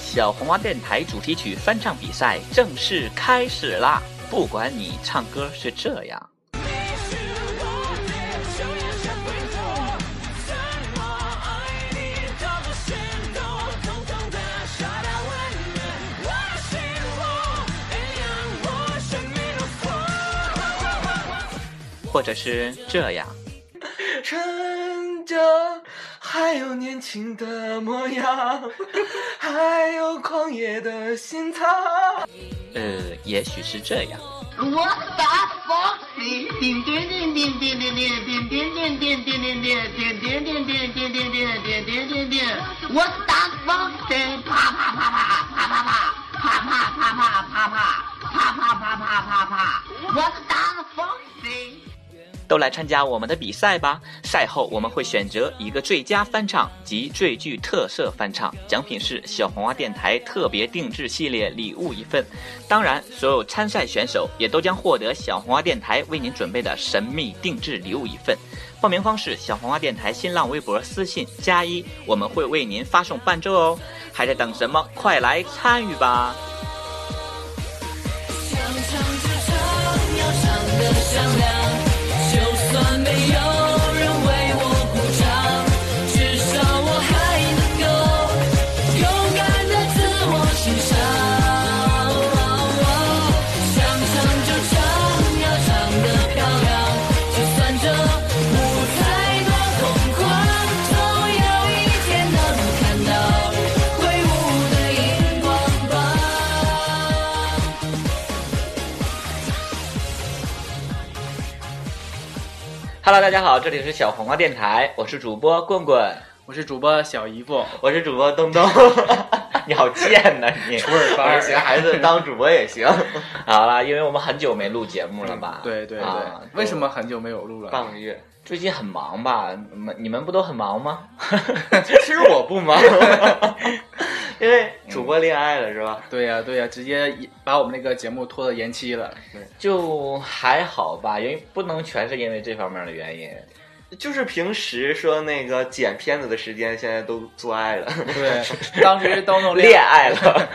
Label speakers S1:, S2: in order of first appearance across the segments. S1: 小红花电台主题曲翻唱比赛正式开始啦！不管你唱歌是这样。或者是这样。
S2: 趁着还有年轻的模样， 还有狂野的心脏。
S1: 呃，也许是这样。
S3: What the fuck？点点点点点点点点点点点点点点点点点点点点点点点点。What the fuck？点啪啪啪啪啪啪啪啪啪啪啪啪啪啪啪啪啪啪啪。What the fuck？
S1: 都来参加我们的比赛吧！赛后我们会选择一个最佳翻唱及最具特色翻唱，奖品是小红花电台特别定制系列礼物一份。当然，所有参赛选手也都将获得小红花电台为您准备的神秘定制礼物一份。报名方式：小红花电台新浪微博私信加一，我们会为您发送伴奏哦。还在等什么？快来参与吧！
S4: 想唱就唱，要唱得响亮，就算没有人为我鼓掌，至少我还能够勇敢的自我欣赏。想唱就唱，要唱得漂亮，就算这舞台多空旷，总有一天能看到挥舞的荧光棒。
S1: Hello，大家好，这里是小红花电台，我是主播棍棍，
S2: 我是主播小姨夫，
S1: 我是主播东东， 你好贱呐、你！
S2: 土耳巴尔
S1: 行，还是当主播也行。好啦，因为我们很久没录节目了吧？
S2: 嗯对对对、
S1: 啊
S2: 为什么很久没有录了？
S1: 半 个月？最近很忙吧？你们你们不都很忙吗？
S2: 其实我不忙。
S1: 因为主播恋爱了是吧？
S2: 对呀、对呀、直接一把我们那个节目拖到延期了。对，
S1: 就还好吧，因为不能全是因为这方面的原因。
S2: 嗯
S5: 就是平时说那个剪片子的时间，现在都做爱了。
S2: 对， 当时东东
S1: 恋，爱了，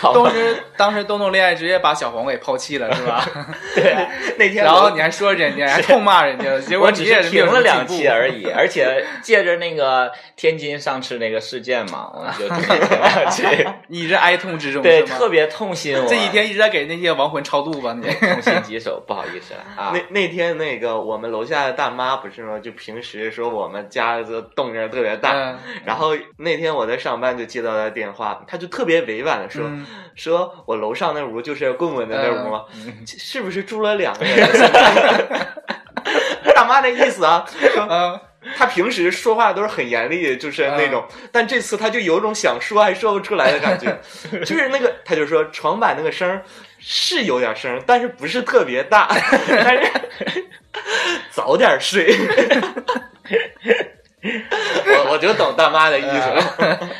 S1: 好吧
S2: 当时当时东东恋爱直接把小黄给抛弃了，是吧？
S1: 对，啊
S5: 那天
S2: 然后
S5: 我
S2: 你还说人家，还痛骂人家，结果
S1: 我
S2: 你
S1: 只
S2: 也是
S1: 是
S2: 没
S1: 停
S2: 有什
S1: 了
S2: 么进
S1: 两
S2: 步
S1: 期而已，而且借着那个天津上次那个事件嘛，我就直接停了 这个
S2: 你这哀痛之中
S1: 对，
S2: 是吗
S1: 特别痛心我。
S2: 这几天一直在给那些亡魂超度吧 你。
S1: 痛心疾首，不好意思了啊
S5: 那。那天那个我们楼下的大妈不是吗？就平时说我们家的动静特别大，
S2: 嗯
S5: 然后那天我在上班就接到她电话，她就特别委婉的说、
S2: 嗯
S5: 说我楼上那屋就是棍棍的那屋吗？是不是住了两个人？大妈那意思啊，说
S2: 嗯，
S5: 她平时说话都是很严厉，就是那种，但这次她就有种想说还说不出来的感觉，就是那个，她就说床板那个声儿是有点声儿，但是不是特别大， 但是早点睡。我我就懂大妈的意思了，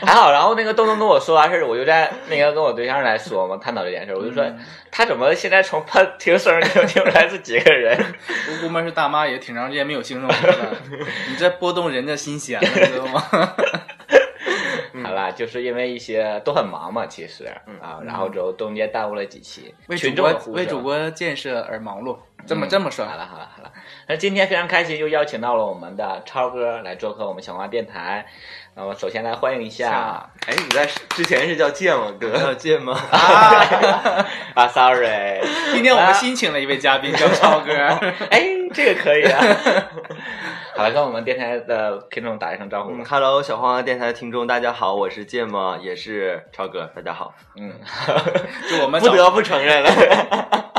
S1: 还好，然后那个东东跟我说完事儿，我就在那个跟我对象来说嘛，探讨这件事儿，我就说
S2: 嗯
S1: 他怎么现在从喷听声儿就听出来是几个人？
S2: 我估摸是大妈也挺长时间没有性生活了，你这波动人家心弦了，知道 吗？嗯
S1: 好吧，就是因为一些都很忙嘛，其实啊，然后之后中间耽误了几期，
S2: 为主
S1: 群众的
S2: 播
S1: 呼声嗯
S2: 为主播建设而忙碌，这么这么说啊
S1: 好，了好了好了，那今天非常开心，又邀请到了我们的超哥来做客我们小花电台。那么首先来欢迎一下
S5: 哎，你在之前是叫芥末哥，叫芥末，
S1: 啊，sorry，
S2: 今天我
S6: 哎
S2: 们新请了一位嘉宾叫超 哥，
S1: 哎，这个可以啊。 好了，跟我们电台的听众打一声招呼吧。
S5: 嗯，Hello，小黄鸭电台的听众，大家好，我是芥末，也是超哥，大家好。
S1: 嗯，
S2: 就我们
S5: 不
S2: 找
S5: 得不承认了，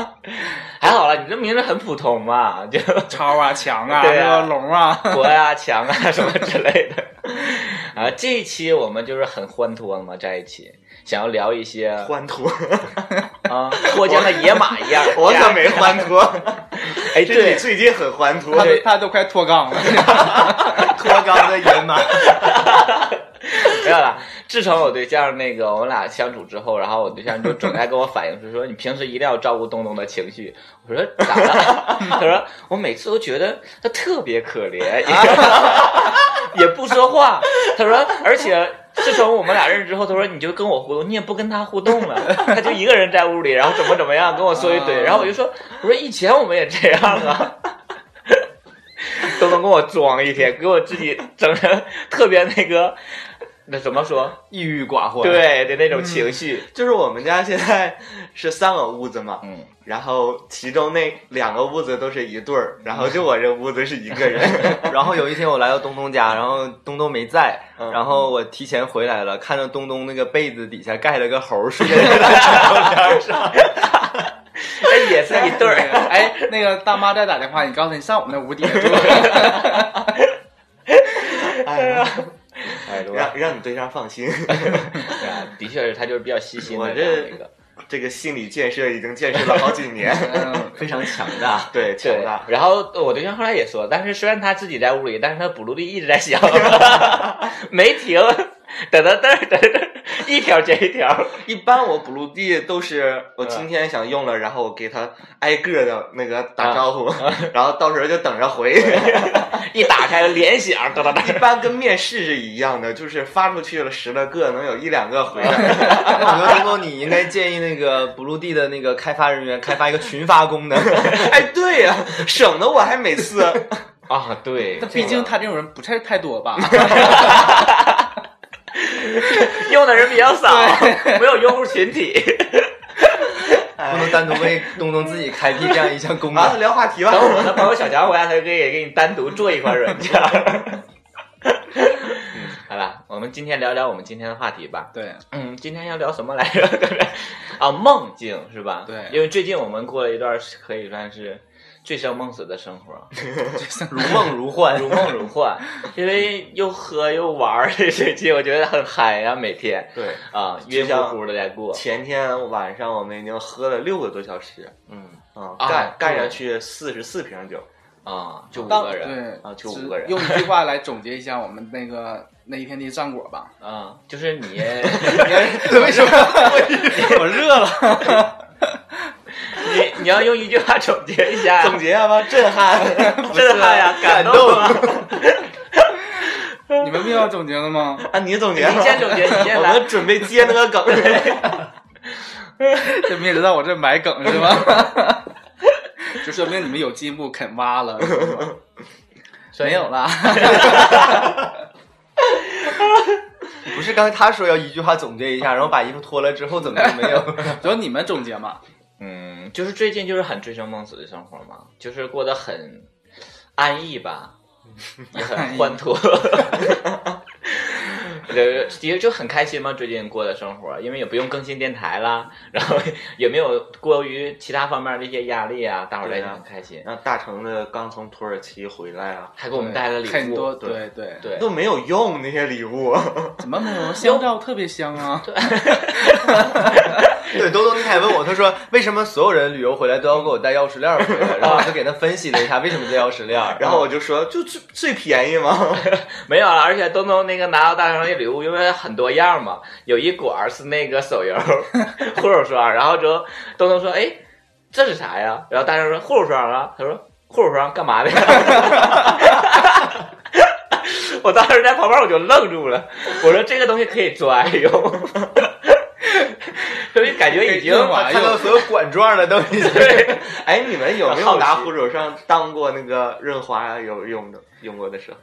S1: 还好了，你这名字很普通嘛，就
S2: 超啊、强啊、
S1: 对
S2: 是
S1: 啊
S2: 吧？龙啊，
S1: 国呀、强啊 什么之类的。啊，这一期我们就是很欢脱嘛，在一起想要聊一些
S5: 欢脱，
S1: 啊，脱缰的野马一样。
S5: 我可没欢脱，
S1: 哎，
S5: 这
S1: 对
S5: 你，最近很欢脱，
S2: 他都他都快脱 肛了，
S5: 脱肛的野 马，
S1: 没有啦，自从我对象那个我们俩相处之后，然后我对象就总在跟我反映，就说你平时一定要照顾东东的情绪。我说咋了？ 他说我每次都觉得他 特别可怜，也也不说话。他说而且自从我们俩认识之后，他说你就跟我互动，你也不跟他互动了，他就一个人在屋里，然后怎么怎么样跟我说一堆，然后我就说我说以前我们也这样啊， 都能跟我装一天，给我自己整成特别那个那怎么说
S6: 抑郁寡欢，，
S1: 对的那种情绪，
S5: 就是我们家现 在是三个屋子嘛，
S1: 嗯，
S5: 然后其中那两个屋子都是一对儿，
S6: 嗯
S5: 然后就我这屋子是一个 人。
S6: 然后有一天我来到东东家，然后东东没在，
S5: 嗯
S6: 然后我提前回来了，看到东东那个被子底下盖了个猴儿睡在他的枕头边上，
S1: 哎也是一对儿，
S7: 哎，那个大妈在打电话，你告诉她你上我们那屋顶住。
S5: 哎呀，
S6: 哎对吧
S5: 让让你对象放心，
S1: 对啊的确是他就是比较细心的
S5: 我
S1: 这样
S5: 这
S1: 一个，
S5: 这个心理建设已经建设了好几 年，
S7: 嗯
S6: 非常强大。
S5: 对，强
S1: 对
S5: 大。。
S1: 然后呃我对象后来也说，但是虽然他自己在屋里，但是他补录力一直在响，没停，噔噔噔噔噔，一条接一条。
S5: 一般我 blue 地都是
S1: 嗯
S5: 我今天想用了，然后我给他挨个的那个
S1: 啊
S5: 打招呼， 然后到时候就等着回。
S1: 一打开联想，哒哒哒
S5: 一。般跟面试是一样的，就是发出去了十来个，能有一两个回来。
S6: 那我觉得东东你应该建议那个 Blue D 的那个开发人员开发一个群发功 能，
S5: 哎，对呀、省得我还每次
S1: 啊，对，
S7: 但毕竟她这种人不太太多 吧？
S1: 用的人比较少，没有用户群体。
S6: 不能单独为东东自己开辟这样一项功
S5: 啊
S6: 能。
S5: 聊话题吧
S1: 等。我们的朋友小强回来，他就可以给你单独做一款软 件。嗯好吧，我们今天聊聊我们今天的话题吧。
S7: 对，
S1: 嗯，今天要聊什么来着？ 啊，梦境是吧？
S7: 对
S1: 因为最近我们过了一段可以算是醉生梦死的生 活，
S6: 如梦如幻，
S1: 如梦如幻， 因为又喝又玩儿，最近我觉得很嗨呀、每天
S5: 对，
S1: 啊，晕乎乎的在过。
S5: 前天晚上我们已经喝了六个多小时，
S1: 嗯
S5: 嗯，
S1: 啊
S5: 干干
S1: 对
S5: 下去四十四瓶酒。
S1: 啊，就五
S7: 当
S1: 个人
S7: 对
S1: 啊，就
S7: 只
S1: 五个人
S7: 用一句话来总结一下我们那个那一天的战果 吧。
S1: 啊，就是你，
S7: 为什么？
S6: 我热了。
S1: 你你要用一句话总结一下，
S5: 总结一下吧，震撼！
S1: 震撼呀，啊感动啊！
S7: 你们没有总结了吗？
S5: 啊，你总结吧，
S1: 你先总结，你先
S5: 我
S1: 来
S5: 们。准备接那个梗。
S7: 这没人让我这埋梗是吧？ 就说明你们有进步，肯挖了。是吧
S1: 所以
S7: 没 有啦，
S6: 不是刚才他说要一句话总结 一下，然后把衣服脱了之后怎么就没有？
S7: 主要你们总结嘛。
S1: 嗯，就是最近就是很醉生梦死的生活嘛，就是过得很安逸吧，也很欢脱。 对，其实就很开心嘛，最近过的生活，因为也不用更新电台啦，然后也没有过于其他方面的一些压力啊，大伙儿在一起
S5: 对啊
S1: 很开心，
S5: 然后大成的刚从土耳其回来啊，
S1: 还给我们带了礼物，
S7: 很多，
S5: 对
S7: 对对，
S1: 对，
S5: 都没有用那些礼物。
S7: 怎么没有香皂特别香啊？
S6: 对，东东那天还问我，他说为什么所有人旅游回来都要给我带钥匙链儿回来？然后我就给他分析了一下为什么带钥匙链儿，
S5: 然后我就说，就最最便宜 嘛。
S1: 没有了，啊而且东东那个拿到大成的礼物，因为很多样嘛，有一管儿是那个手游护手霜，然后之后东东说：“哎，这是啥呀？”然后大成说：“护手霜啊。”他说：“护手霜干嘛的呀？” 我当时在旁边我就愣住了，我说：“这个东西可以专用。” 所以感觉已经
S7: 用完
S6: 看到所有管状的都已经
S1: 对
S5: 哎，你们有没
S1: 好
S5: 有
S1: 奇
S5: 拿护手霜当过那个润滑油用的用过的时候？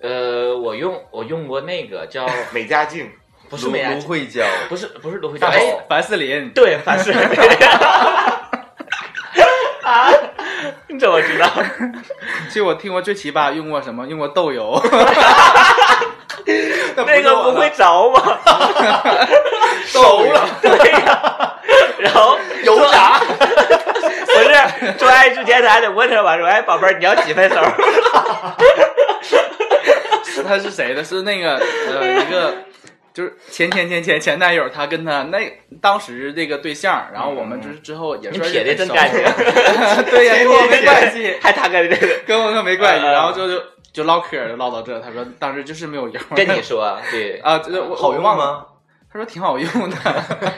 S1: 呃，我用我用过那个叫
S5: 美加净，
S1: 不是
S6: 芦
S1: 美颜
S6: 芦荟胶，
S1: 不是不是芦荟胶，
S7: 凡
S1: 哎，
S7: 凡士林，
S1: 对，凡士林。 啊？你怎么知道？
S7: 其实我听过最奇葩用过什么？用过豆油，
S1: 那个不会着 吗？
S6: 熟了，
S1: 对呀、然后
S6: 油炸，
S1: 不是做爱之前，他还得问他吧，说：“哎，宝贝儿，你要几分熟
S7: 他是谁的？是那个呃一个。就是前前前前前男友，他跟他那当时这个对象，然后我们就是之后也？”
S1: 你
S7: 说
S1: 撇的真
S7: 熟
S1: 干净，
S7: 对呀，跟我没关系，
S1: 还他跟这个
S7: 跟我可没关系。
S1: 呃
S7: 然后就就就唠嗑，就唠到这。他说当时就是没有油，
S1: 跟你说，对，
S7: 啊，就是我
S6: 好用？
S7: 我忘了
S6: 吗？
S7: 他说挺好用的，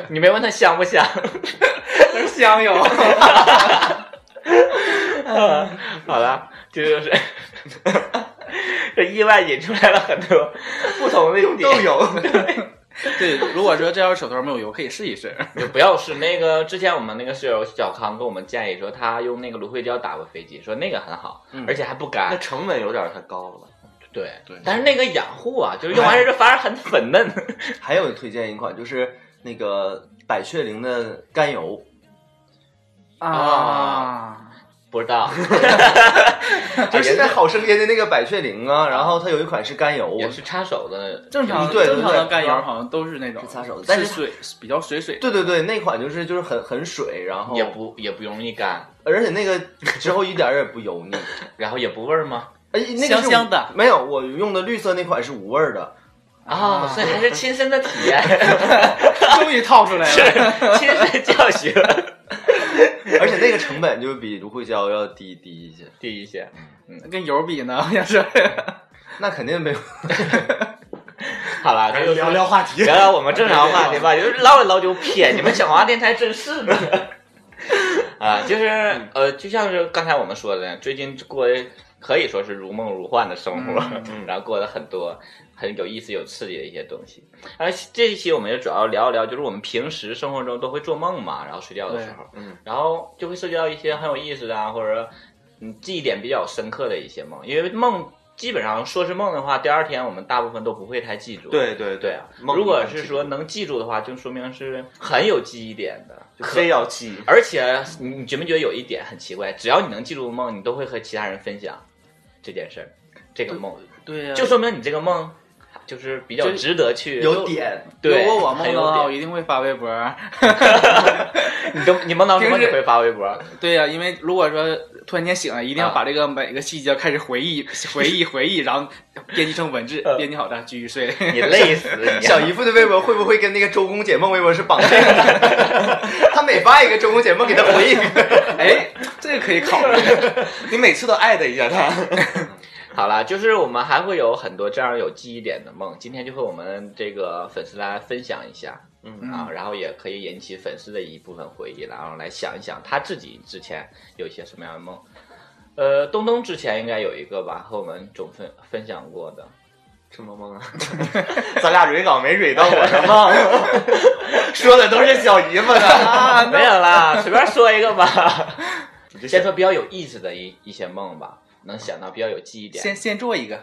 S1: 你没问他香不香？
S7: 他说香油。
S1: 好了，这就是。 这意外引出来了很多不同的优点。
S5: 都有。
S7: 对，如果说这要是手头没有油，可以试一试。
S1: 就不要试那个。之前我们那个室友小康跟我们建议说，他用那个芦荟胶打过飞机，说那个很好，而且还不
S5: 那
S1: 干。
S5: 成本有点太高了吧？
S1: 对
S7: 对
S1: 但是那个养护啊，就是用完之后反而很粉嫩。
S6: 还有推荐一款就是那个百雀羚的甘油，
S1: 啊，不知道，
S6: 啊就是现在好声音的那个百雀羚啊，然后它有一款是甘油，
S1: 也
S6: 我
S1: 是插手的。
S7: 正常
S6: 对对
S7: 正常的
S6: 对
S7: 干油好像都是那种
S6: 是擦手的但
S7: 但
S6: 是
S7: 是水比较水 水的。
S6: 对对对，那款就是就是很很水，然后
S1: 也不也不容易干，
S6: 而且那个之后一点儿也不油腻，
S1: 然后也不味儿吗？
S6: 而且那个
S7: 香
S6: 是
S7: 香的
S6: 没有我用的绿色那款是无味儿的，
S1: 啊，所以还是亲身的体验，
S7: 终于套出来了。
S1: 亲身教学
S6: 而且那个成本就比芦荟胶要低低一些，
S1: 低一些。
S7: 跟油比呢，好像是。
S6: 那肯定没有。
S1: 好了，这就是
S5: 聊聊话题，
S1: 聊聊我们正常话题吧，就是唠一唠就偏，你们小黄鸭电台真是的。啊，就是呃，就像是刚才我们说的，最近过得可以说是如梦如幻的生活， 然后过得很多很有意思、有刺激的一些东西。而这一期我们就主要聊一聊，就是我们平时生活中都会做梦嘛，然后睡觉的时候，
S5: 嗯，
S1: 然后就会涉及到一些很有意思的啊，或者嗯记忆点比较深刻的一些梦，因为梦基本上说是梦的话，第二天我们大部分都不会太记住。
S5: 对对
S1: 对啊，
S5: 梦
S1: 如果
S5: 里能
S1: 是
S5: 记
S1: 说
S5: 住
S1: 能记住的话，就说明是很有记忆点的。
S5: 就非要记，
S1: 而且你你觉没觉得有一点很奇怪？只要你能记住梦，你都会和其他人分享这件事儿，这个梦，
S7: 对呀呃
S1: 就说明你这个梦就是比较
S7: 就
S1: 值得去
S6: 有点，
S1: 对，
S7: 如果我梦
S1: 很有
S7: 到的话，我
S1: 点
S7: 一定会发微博。
S1: 你都你梦到什么你
S7: 平时
S1: 会发微博？
S7: 对呀、因为如果说突然间醒了，一定要把这个每个细节开始回忆、回忆、回忆，然后编辑成文字，编辑好再继续睡。
S1: 你累死你啊！
S6: 小姨夫的微博会不会跟那个周公解梦微博是绑定的？他每发一个周公解梦，给他回一个。
S7: 哎，这个可以考虑。
S5: 你每次都艾特一下他。
S1: 好了，就是我们还会有很多这样有记忆点的梦，今天就和我们这个粉丝来分享一下，嗯啊，然后也可以引起粉丝的一部分回忆，然后来想一想他自己之前有一些什么样的梦。呃，东东之前应该有一个吧，和我们总分分享过的，
S5: 什么梦啊？ 咱俩蕊稿没蕊到我的梦，说的都是小姨夫
S6: 啊
S5: 的。
S1: 啊没有啦， 随便说一个 吧。先说比较有意思的一一些梦吧，能想到比较有记忆点的。
S7: 先先做一个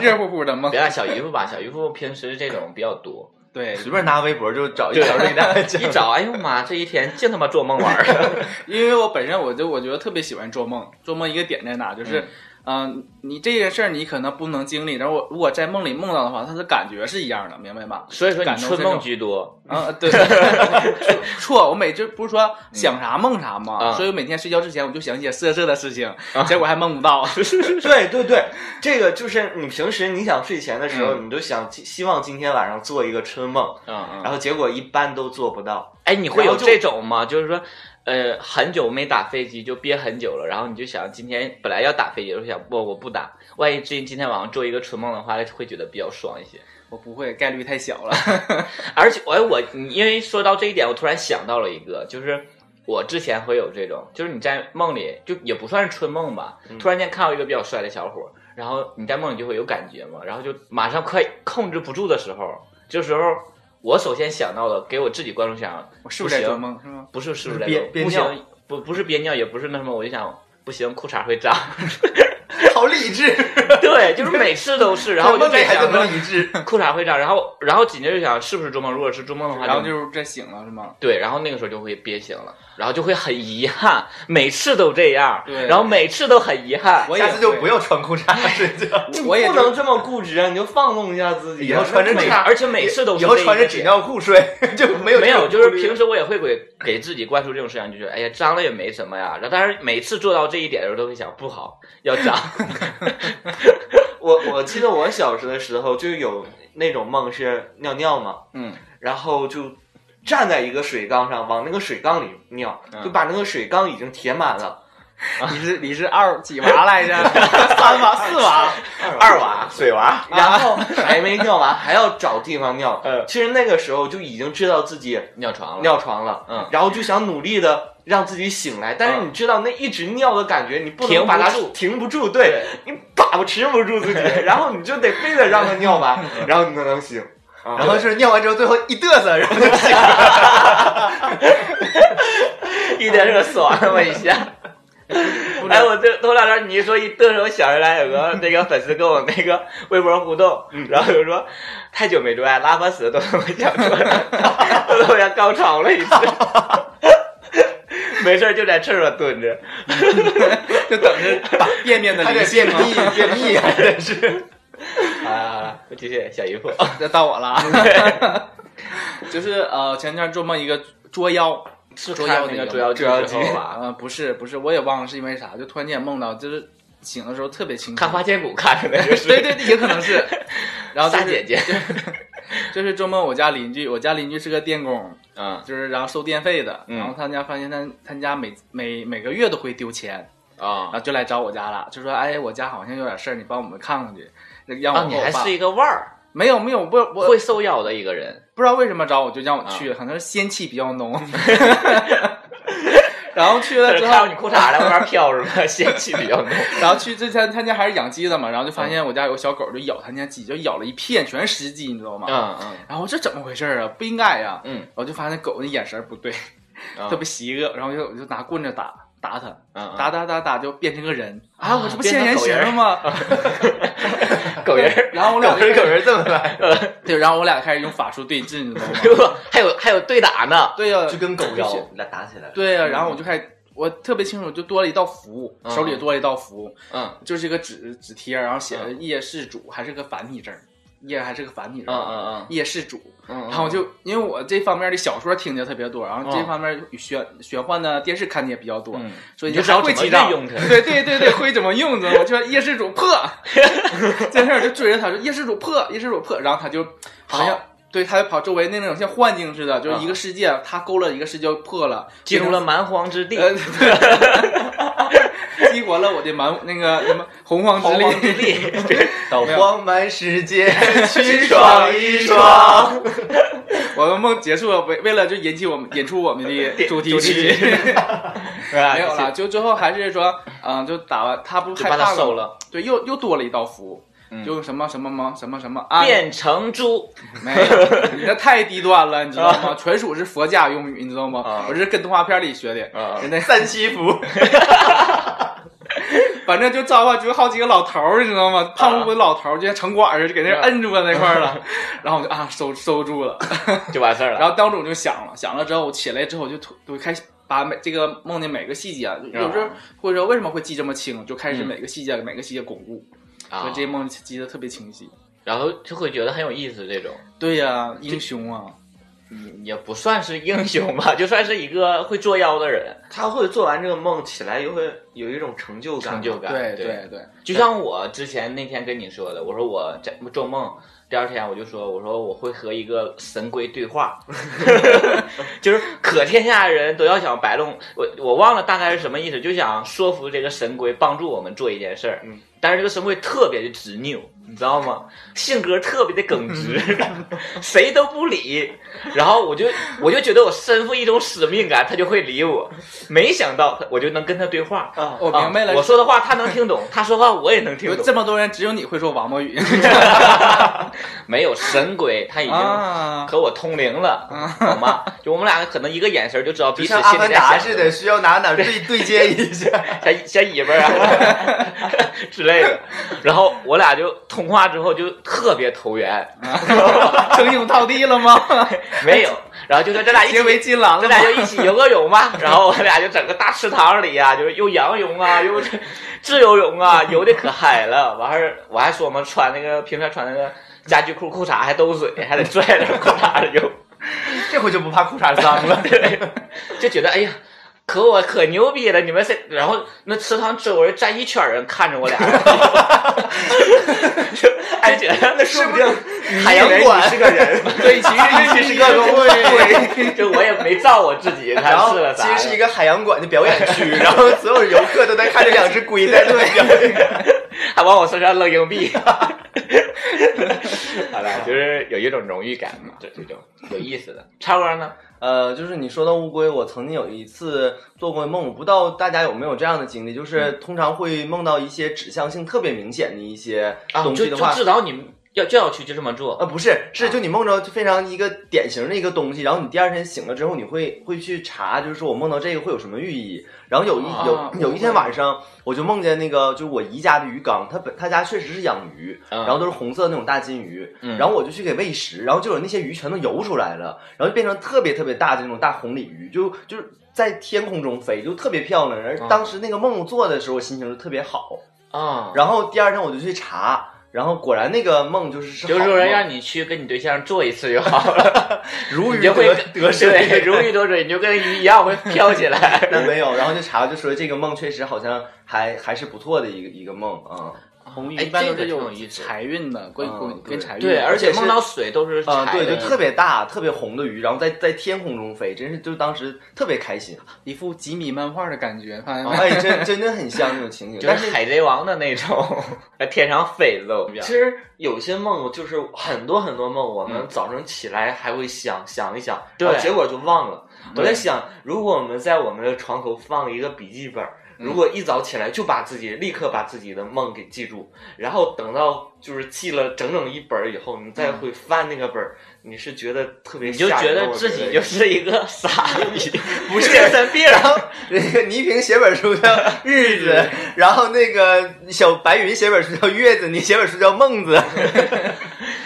S7: 热乎乎的梦
S1: 别。让小姨夫吧，小姨夫平时这种比较多，
S7: 对，
S6: 随便拿微博就找一条就给大家 讲
S1: 一。找，哎呦妈，这一天净他妈做梦玩儿。
S7: 因为我本身我就我觉得特别喜欢做梦，做梦一个点在哪就是，嗯、你这个事儿你可能不能经历，然后我如果在梦里梦到的话，它的感觉是一样的，明白吧？
S1: 所以说你
S7: 感同
S1: 春
S7: 身
S1: 梦
S7: 受
S1: 居多，
S7: 啊，对， 错，我每就不是说想啥梦啥嘛，
S1: 啊
S7: 所以我每天睡觉之前我就想一些色色的事情，结果还梦不 到。
S5: 对对对，这个就是你平时你想睡前的时候，你都想希望今天晚上做一个春梦，
S1: 嗯嗯。
S5: 然后结果一般都做不到。
S1: 哎，你会
S5: 然
S1: 有
S5: 后就
S1: 这种吗？就是说，呃，很久没打飞机，就憋很久了，然后你就想今天本来要打飞机，就想不我不打，万一今今天晚上做一个春梦的话，会觉得比较爽一些。
S7: 我不会，概率太小了。
S1: 而且，哎，我你因为说到这一点，我突然想到了一个，就是我之前会有这种，就是你在梦里就也不算是春梦吧，
S7: 嗯
S1: 突然间看到一个比较帅的小伙儿，然后你在梦里就会有感觉嘛，然后就马上快控制不住的时候，这时候我首先想到的，给我自己灌输想，
S7: 我是不是在
S1: 行
S7: 做梦？是吗？
S1: 不是是不是在
S6: 憋
S1: 做梦
S6: 憋
S1: 不
S6: 尿
S1: 行，不不是憋尿，也不是那什么，我就想不行，裤衩会 脏。
S6: 好理智，
S1: 对，就是每次都是，然后我就
S6: 梦里
S1: 在
S6: 还
S1: 想
S6: 这么
S1: 着
S6: 理智。
S1: 裤衩会脏，然后然后紧接着就想是不是做梦，如果是做梦的话，
S7: 然后就是这醒了是吗？
S1: 对，然后那个时候就会憋醒了，然后就会很遗憾，每次都这样，
S7: 对
S1: 然后每次都很遗憾。
S7: 我也
S6: 下次就
S7: 会
S6: 不要穿裤衩睡觉，
S7: 我也
S5: 不
S7: 就
S5: 能这么固执啊！你就放纵一下自己，
S6: 以后穿着
S1: 每
S6: 纸
S1: 而且每次都是
S6: 啊以后
S1: 这一
S6: 穿着
S1: 个
S6: 纸
S1: 点
S6: 尿裤睡就没有这种
S1: 没有，就是平
S6: 顾虑
S1: 时我也会给给自己灌输这种思想，就觉得哎呀脏了也没什么呀。然后但是每次做到这一点的时候，都会想不好要 脏。
S5: 我我记得我小时候的时候就有那种梦是尿尿嘛，
S7: 嗯，
S5: 然后就站在一个水缸上往那个水缸里尿，就把那个水缸已经填满了，
S7: 你是你是二几娃来 着？三娃四娃？
S1: 二娃
S6: 水啊娃，
S5: 然后还没尿 完，还要找地方尿。
S1: 嗯
S5: 其实那个时候就已经知道自己
S1: 尿床了，
S5: 尿床了，
S1: 嗯
S5: 然后就想努力的让自己醒来，但是
S1: 嗯
S5: 你知道那一直尿的感觉，你不
S1: 停
S5: 能
S1: 不
S5: 把它
S1: 住
S5: 停不住，对
S1: 对
S5: 你叭把不持不住自己，然后你就得非得让它尿完，然后你才能醒。啊
S6: 嗯然 后是尿完之后，最后一嘚瑟，然后就醒了。
S1: 一点热死亡了我一下。哎，我这头两天你一说一嘚瑟，我想起来有 个那个粉丝跟我那个微博互动，
S6: 嗯
S1: 然后就说太久没做爱，拉把屎都他妈想出来， 都他妈想高潮了一次。没事儿就在厕所蹲 着，
S7: 就等着把便便的
S6: 还
S7: 灵
S6: 得
S7: 性
S6: 便
S7: 啊。
S6: 秘，便秘还得是。
S1: 啊，继续小姨夫，
S7: 这到我了 啊，就是呃，前天做梦一个捉妖，是捉妖
S1: 看那个
S7: 个
S1: 捉妖记
S5: 捉妖
S1: 之后
S5: 记
S1: 吧，
S7: 啊，不是不是，我也忘了是因为啥，就突然间梦到，就是醒的时候特别清楚
S1: 看。花千骨看的那就是，
S7: 对对对，也可 能是。然后就
S1: 大
S7: 是
S1: 姐姐，
S7: 就是周末我家邻居，我家邻居是个电工，
S1: 嗯
S7: 就是然后收电费的，
S1: 嗯
S7: 然后他家发现他他家每每每个月都会丢钱，然
S1: 啊
S7: 后就来找我家了，就说哎我家好像有点事儿，你帮我们看看去，让我
S1: 啊，
S7: 和
S1: 你
S7: 我
S1: 还
S7: 爸
S1: 是一个腕儿，
S7: 没有没有不我
S1: 会受邀的一个人，
S7: 不知道为什么找我就让我去，
S1: 啊
S7: 可能是仙气比较 浓。 然后去了之
S1: 看
S7: 后
S1: 着你，裤衩在外面飘是吧？仙气比较浓，
S7: 然后去之前他家还是养鸡的嘛，然后就发
S1: 嗯
S7: 现我家有个小狗就咬他家鸡，就咬了一片全是湿鸡，你知道吗？
S1: 嗯嗯。
S7: 然后这怎么回事啊？不应该呀、
S1: 嗯，
S7: 我就发现狗那眼神不对，
S1: 啊
S7: 特别邪恶，然后就我就拿棍子打打它，
S1: 嗯嗯
S7: 打打打打就变成个人啊！
S1: 啊
S7: 我这不
S1: 变成
S7: 现原
S1: 狗
S7: 形
S1: 人
S7: 了吗？
S1: 狗人儿，
S7: 然后我俩
S6: 狗
S7: 就
S6: 人狗人这么来，
S7: 对，然后我俩开始用法术对峙，你知道吗？
S1: 还有还有对打呢，
S7: 对呀、
S6: 就跟狗
S7: 就
S6: 咬
S7: 是，
S6: 俩打起来了。
S7: 对呀、然后我就开始，我特别清楚，就多了一道符，
S1: 嗯
S7: 手里多了一道符，
S1: 嗯
S7: 就是一个纸纸贴，然后写着
S1: 嗯
S7: “叶氏主”，还是个繁体字儿，叶还是个繁体字
S1: 嗯
S7: 儿，
S1: 嗯
S7: 叶氏主。
S1: 嗯，
S7: 然后我就因为我这方面的小说听的特别多，然后这
S1: 嗯
S7: 方面玄玄幻的电视看的也比较多，
S1: 嗯
S7: 所以
S1: 你就知
S7: 还
S1: 道
S7: 会
S1: 怎么
S7: 记账
S1: 运。用它，
S7: 对对对对，会怎么用知道吗？就说叶氏主 破，在那儿就追着他说叶氏主破，叶氏主破，然后他就好像对，他就跑周围那种像幻境似的，就是一个世界，他勾了一个世界破了，
S1: 嗯进入了蛮荒之地，
S7: 呃，对 激活了我的蛮那个什么洪荒之
S1: 洪荒之
S7: 力。
S1: 地，
S6: 到
S7: 没有
S6: 荒蛮 世界去闯一闯。
S7: 我们梦结束了，为为了就引起我们引出我 们的主题曲，
S1: 是吧
S7: 没有了，就最后还是说，嗯、就打完他不
S1: 啊就是
S7: 害
S1: 把
S7: 怕
S1: 它
S7: 了
S1: 收
S7: 吗，
S1: 了，
S7: 对，又又多了一道符，
S1: 嗯
S7: 就什么什么吗？什么什么啊？
S1: 变成猪，
S7: 没有，你这太低端了，你知道 吗？纯属是佛家用语，你知道吗
S1: 啊？
S7: 我这是跟动画片里学的
S1: 啊，
S7: 人家
S6: 三七符，
S7: 反正就招吧，就好几个老头儿，你知道吗？
S1: 啊
S7: 胖乎乎的老头儿，就像城管似的，就给那摁住了那块儿了。然后我就啊，收收住了。
S1: 就完事儿
S7: 然
S1: 了。
S7: 后当时我就想了，想了之后，我起来之后我就突就开始把每这个梦的每个细节啊，就有时候或者说为什么会记这么清，就开始
S1: 嗯
S7: 每个细节、每个细节巩固，所
S1: 啊
S7: 以这些梦记得特别清晰。
S1: 然后就会觉得很有意思，这种
S7: 对呀、英雄啊，
S1: 也不算是英雄吧，就算是一个会作妖的人，
S5: 他会做完这个梦起来，又会有一种成就感。
S1: 成就感。
S7: 啊对
S1: 对
S7: 对对，
S1: 就像我之前那天跟你说的，我说我在做梦，第二天我就说，我说我会和一个神龟对 话，就是可天下人都要想白弄我，我忘了大概是什么意思，就想说服这个神龟帮助我们做一件事儿。
S5: 嗯，
S1: 但是这个神龟特别的执拗，你知道吗？性格特别的耿直，
S7: 嗯
S1: 谁都不理。然后我就我就觉得我身负一种使命感，他就会理我。没想到他我就能跟他对话。
S5: 啊，
S7: 我明白了。
S1: 啊我说的话他能 听懂，他说话我也能听
S7: 有
S1: 懂。
S7: 这么多人，只有你会说王八语
S1: 没有神鬼，他已经
S7: 啊！
S1: 和我通灵了，好吗？就我们俩可能一个眼神就知道
S6: 啊就
S1: 彼此
S6: 像
S1: 心
S6: 阿
S1: 里在
S6: 凡
S1: 想
S6: 达
S1: 什
S6: 似
S1: 么
S6: 的，需要哪哪对对接一下。
S1: 小小尾巴啊 之类的。然后我俩就通话之后就特别投缘，
S7: 称兄道弟了吗？
S1: 没有。然后就说咱俩一起
S7: 结为金兰
S1: 咱
S7: 了吗
S1: 俩？就一起游个泳吧，然后我俩就整个大池塘里呀、就是又仰泳啊，又自由泳啊，游的可嗨了。完事儿我还说嘛，穿那个平常穿那个家居裤裤衩还兜水，还得拽着裤衩着游，
S6: 这回就不怕裤衩脏 了。
S1: 对，就觉得哎呀，可我可牛逼了，你们谁？然后那池塘周围站一圈人看着 我俩，就就觉得那
S5: 说不定
S1: 海洋
S5: 你以为你是个人，
S7: 对，其实
S6: 其实是个 工会，
S1: 就我也没照我自己，
S6: 然
S1: 他
S6: 后
S1: 试了
S6: 其
S1: 啥呀？
S6: 实是一个海洋馆的表演区，然后所有游客都在看着两只龟在那表演。
S1: 还往我身上扔硬币。好了，就是有一种荣誉感嘛，这这种有意思的。超哥呢？
S6: 呃，就是你说到乌龟，我曾经有一次做过 梦，我不知道大家有没有这样的经历，就是
S5: 嗯
S6: 通常会梦到一些指向性特别明显的一些
S1: 啊，
S6: 东
S1: 就
S6: 西
S1: 就
S6: 的话，
S1: 知道你要就要去就这么做，
S6: 呃，不是，
S1: 啊
S6: 是就你梦着就非常一个典型的一个东西，然后你第二天醒了之后，你会会去查，就是说我梦到这个会有什么寓意。然后有一
S7: 啊
S6: 有有一天晚上，我就梦见那个就是我姨家的鱼缸，他本他家确实是养鱼，
S1: 嗯
S6: 然后都是红色的那种大金鱼，
S1: 嗯
S6: 然后我就去给喂食，然后就有那些鱼全都游出来了，然后就变成特别特别大的那种大红鲤鱼，就就是在天空中飞，就特别漂亮。而
S1: 啊
S6: 当时那个梦做的时候，我心情就特别好。
S1: 啊，
S6: 然后第二天我就去查。然后果然那个梦就是是
S1: 刘
S6: 好
S1: 主任
S6: 梦
S1: 让你去跟你对象做一次就好了，
S6: 如
S1: 你
S6: 鱼
S1: 就
S6: 得
S1: 会
S6: 得
S1: 对，
S6: 水，
S1: 如鱼得水，你就跟鱼一样会飘起来。
S6: 那没有，然后就查就说这个梦确实好像还还是不错的一个一个梦啊
S7: 红玉
S1: 哎
S7: 一般都
S1: 这个
S7: 是
S1: 挺有意思
S7: 财运的，关
S6: 嗯
S7: 关
S6: 对
S7: 跟财运
S1: 对，
S7: 有关
S1: 而且
S6: 是
S1: 梦到水都是
S6: 啊、
S1: 彩
S6: 对，
S1: 的
S6: 就特别大特别红的鱼，然后在在天空中飞，真是就当时特别开心，
S7: 一副吉米漫画的感觉，发现没？
S6: 哎，真真的很像那种情景，
S1: 就
S6: 但
S1: 是
S6: 是
S1: 海贼王的那种， 在天上飞喽。
S5: 其实有些梦就是很多很多梦，我们早上起来还会想、想一想，
S1: 嗯对
S5: 然后结果就忘了。我
S1: 对
S5: 在想，如果我们在我们的床头放一个笔记本，
S1: 嗯
S5: 如果一早起来就把自己立刻把自己的梦给记住，然后等到就是记了整整一本儿以后，你再会翻那个本儿，你是觉得特别
S1: 嗯你就
S5: 吓
S1: 觉
S5: 人
S1: 得
S5: 我
S1: 自己就是一个傻逼，
S6: 不是
S1: 精神病。
S6: 那个倪萍写本书叫《日子》，然后那个小白云写本书叫《月子》，你写本书叫《梦子》，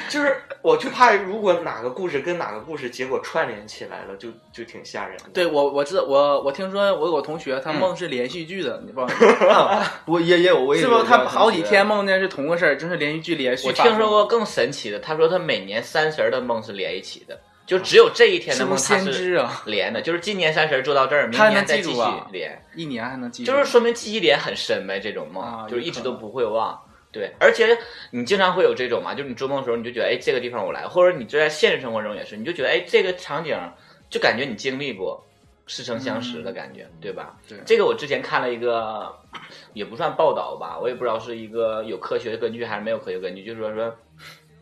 S5: 就是我就怕如果哪个故事跟哪个故事结果串联起来了，就就挺吓人的。
S7: 对我我知道我我听说我有个同学
S6: 嗯
S7: 他梦是连续剧的，你 忘了
S6: 我也也有我也
S7: 是
S6: 有
S7: 不？
S6: 这样
S7: 他
S6: 的
S7: 好
S6: 同
S7: 几
S6: 学
S7: 天梦见是同个事儿，真是连续剧连续。
S1: 我听说过，更神奇的，他说他每年三十儿的梦是连一起的，就只有这一天
S7: 是
S1: 的
S7: 不
S1: 梦
S7: 是
S1: 他是
S7: 先知啊？
S1: 连的，就是今年三十儿做到这儿，明
S7: 他还
S1: 年
S7: 能
S1: 再
S7: 记
S1: 继续
S7: 住啊
S1: 连，
S7: 一年还能记住？
S1: 就是说明记忆点很深呗。这种梦、
S7: 啊
S1: 就是一直都
S7: 有可
S1: 不会忘。对，而且你经常会有这种嘛，就是你做梦的时候，你就觉得哎这个地方我来，或者你就在现实生活中也是，你就觉得哎这个场景就感觉你经历过，似曾相识的感觉，对吧？
S7: 嗯对
S1: 这个我之前看了一个，也不算报道吧，我也不知道是一个有科学根据还是没有科学根据，就是说说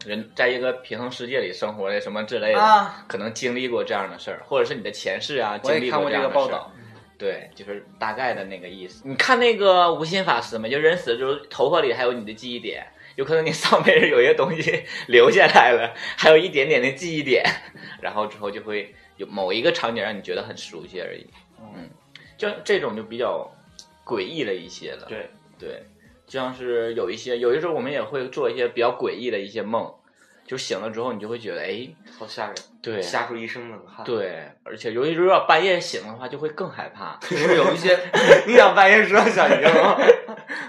S1: 人在一个平衡世界里生活的什么之类的，
S7: 啊，
S1: 可能经历过这样的事儿，或者是你的前世啊
S7: 我
S1: 经
S7: 也
S1: 历
S7: 看过
S1: 这
S7: 这
S1: 样
S7: 个
S1: 的
S7: 报
S1: 事儿
S7: 道，
S1: 对，就是大概的那个意思。你看那个无心法师嘛，就人死了之后，头发里还有你的记忆点，有可能你上辈子有些东西 留下来了，还有一点点的记忆点，然后之后就会有某一个场景让你觉得很熟悉而已。
S5: 哦
S1: 嗯，就这种就比较诡异了一些了。
S5: 对
S1: 对，就像是有一些，有的时候我们也会做一些比较诡异的一些梦，就醒了之后你就会觉得，哎，
S5: 好吓人，
S1: 对。
S5: 吓出一身冷汗。
S1: 对，而且尤其是如果半夜醒的话，就会更害 怕。
S6: 就是有一些
S5: 你想半夜说小鱼吗？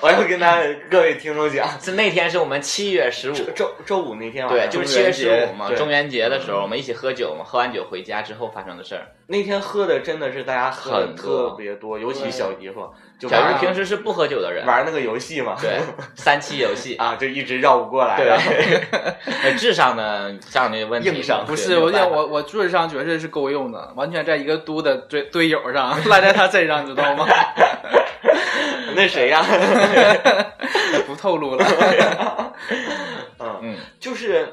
S5: 我要跟大家各位听众讲，
S1: 是那天是我们七月十五，
S5: 周周五那天晚
S1: 对，
S5: 上，
S1: 就是
S6: 中
S1: 七月
S6: 元
S1: 十
S6: 节
S1: 五嘛，
S5: 对嗯
S1: 中元节的时候，我们一起喝酒嘛，喝完酒回家之后发生的事儿。
S5: 那天喝的真的是大家喝的
S1: 很多
S5: 特别多，尤其小姨夫，就
S1: 小鱼
S5: 玩
S1: 平时是不喝酒的人，
S5: 玩那个游戏嘛，
S1: 对三七游戏，
S5: 啊，就一直绕不过来，
S1: 对
S5: 然后，
S1: 呃智商呢上去问题
S6: 硬伤
S1: 对
S7: 不是，我
S1: 没有办
S7: 想
S1: 法
S7: 我我智商绝对是够用的，完全在一个都的队队友上，赖在他身上，你知道吗？
S5: 那谁呀？
S7: 不透露了。
S5: 嗯
S1: 嗯，
S5: 就是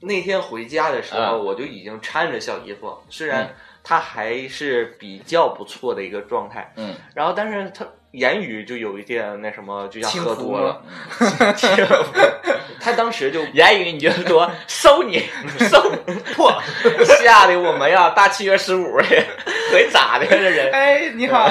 S5: 那天回家的
S6: 啊
S5: 时候，
S1: 嗯
S5: 我就已经搀着小姨夫，虽然他还是比较不错的一个状态，
S1: 嗯，
S5: 然后但是他言语就有一点那什么，就像
S7: 轻
S5: 喝
S7: 浮
S5: 多
S7: 吗
S5: 了，他当时就
S1: 言哎语你就说收你收破，吓得我们呀大七月十五的腿咋的呀这人。
S7: 哎，你 好，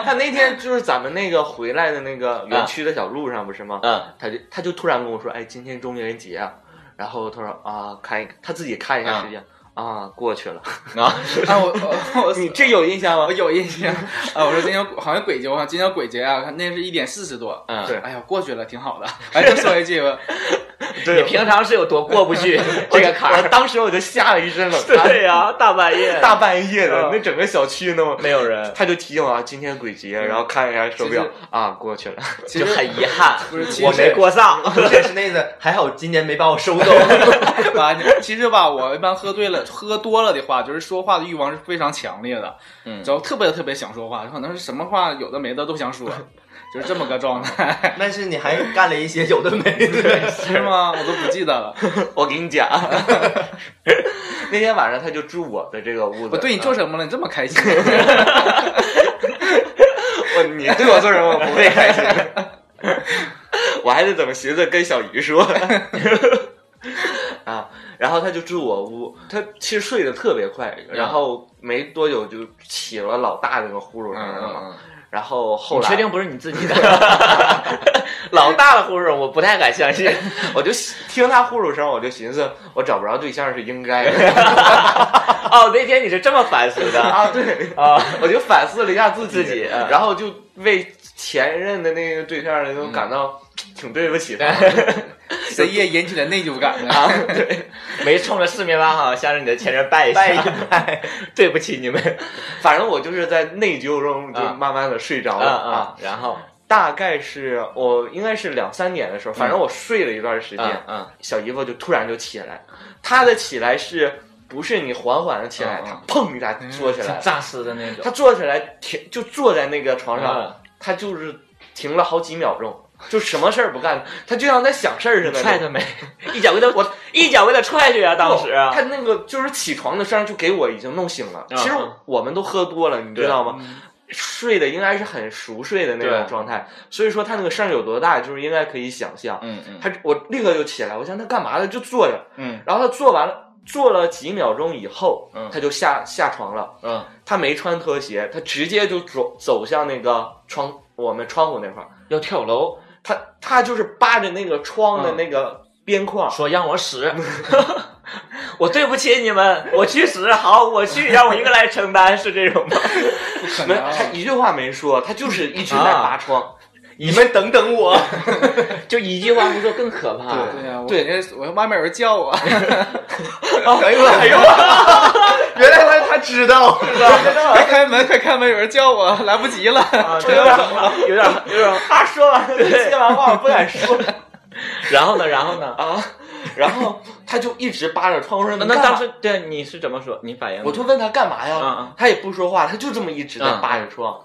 S5: 他那天就是咱们那个回来的那个呃园区的小路上不是吗？
S1: 嗯，
S5: 他就他就突然跟我说，哎，今天中元节啊，然后他说啊，看一他自己看一下时间。啊，过去了，
S1: 啊，
S7: 啊，我我我
S5: 你这有印象吗
S7: 我？有 印象啊，我说今天好像鬼节，我看今天鬼节啊，那是一点四十多。
S1: 嗯
S5: 对
S7: 哎呀，过去了，挺好的。哎，就说一句吧，
S1: 你平常是有多过不去 这个坎
S5: 我
S1: 儿？
S5: 当时我就吓了一身冷 汗。
S1: 对呀，大半夜
S5: 大半夜的
S1: 嗯，
S5: 那整个小区那么，
S1: 没有人，
S5: 他就提醒我啊，今天鬼节，然后看一下手表
S7: 其
S5: 啊，过去了。
S7: 其
S1: 就
S7: 实
S1: 很遗憾
S7: 不是其，实
S1: 我 没过上。
S6: 不是是那个，还好今年没把我收走。
S7: 吧，啊其实吧，我一般喝醉了、喝多了的话，就是说话的欲望是非常强烈的，
S1: 嗯
S7: 然后特别特别想说话，可能是什么话有的没的都 想说，就是这么个状态，
S6: 但是你还干了一些有的没 的。
S7: 是吗？我都不记得了。
S5: 我给你讲，那天晚上他就住我的这个屋子。啊
S7: 我对你做什么了？你这么开 心？
S5: 我你对我做什么，我不会开心。 我还得怎么寻思跟小鱼说 啊？然后他就住我屋，他其实睡得特别快，
S1: 嗯
S5: 然后没多久就起了老大那个呼噜
S7: 嗯
S5: 声了嘛。
S7: 嗯
S5: 然后后
S1: 你
S5: 来
S1: 确定不是你自 己的？老大的呼噜，我不太敢相 信。
S5: 我就听他呼噜声，我就寻思我找不着对象是应该 的
S1: 哦，那天你是这么反思的
S5: 啊，对
S1: 啊？
S5: 我就反思了一下自己，
S1: 自己嗯
S5: 然后就为前任的那个对象那种感到挺对 不起他。
S7: 嗯谁也引起了内疚感 啊？
S1: 啊，对， 没冲着四面八方向着你的前任拜一下，
S5: 拜一
S1: 拜， 对不起你们
S5: 反正我就是在内疚中就
S1: 啊
S5: 慢慢的睡着
S1: 啊
S5: 了
S1: 啊！然后，
S5: 大概是我应该是两三点的时候，反正我睡了一段时间，
S1: 嗯嗯，
S5: 小姨夫就突然就起来，他的起来是不是你缓缓的起来，
S1: 啊
S7: 嗯
S5: 他砰一下坐起来了，
S1: 诈尸的那
S5: 他
S1: 种，
S5: 坐起来停就坐在那个床上，
S1: 嗯
S5: 他就是停了好几秒钟，就什么事儿不干，他就像在想事儿似的，
S1: 踹他没？一脚给他我一脚给他踹去啊！当时啊
S5: 哦他那个就是起床的声儿就给我已经弄醒了。
S1: 嗯
S5: 其实我们都喝多了，你知道吗
S7: 嗯？
S5: 睡的应该是很熟睡的那
S1: 对
S5: 种状态，所以说他那个声儿有多大，就是应该可以想象。
S1: 嗯嗯
S5: 他我立刻就起来，我想他干嘛呢？就坐着。
S1: 嗯
S5: 然后他坐完了，坐了几秒钟以后
S1: 嗯，
S5: 他就下下床了。
S1: 嗯，
S5: 他没穿拖鞋，他直接就走走向那个窗，我们窗户那块儿。
S1: 要跳楼，
S5: 他他就是扒着那个窗的
S1: 嗯
S5: 那个边框，
S1: 说让我 死，我对不起你们，我去死，好，我去，让我一个来承担，是这种吗？
S7: 不可
S5: 没
S7: 能，
S5: 啊他一句话没说，他就是一直在扒窗。
S6: 你们等等我，
S1: 就一句话不说更可怕。
S7: 对呀，我感觉我外面有人叫我，
S6: 等一会儿。原来他他 知道，
S7: 快开门，快开门，有人叫我，来不及了。
S1: 啊，有点有点有点，
S5: 他说完了，
S1: 对
S5: 接完话我不敢说
S1: 然后呢，然后呢？
S5: 啊。 然后他就一直扒着窗户说：“
S1: 那
S5: 你干嘛
S1: 当时对你是怎么说？你反应？
S5: 我就问他干嘛呀？
S1: 嗯嗯
S5: 他也不说话，他就这么一直在扒着窗。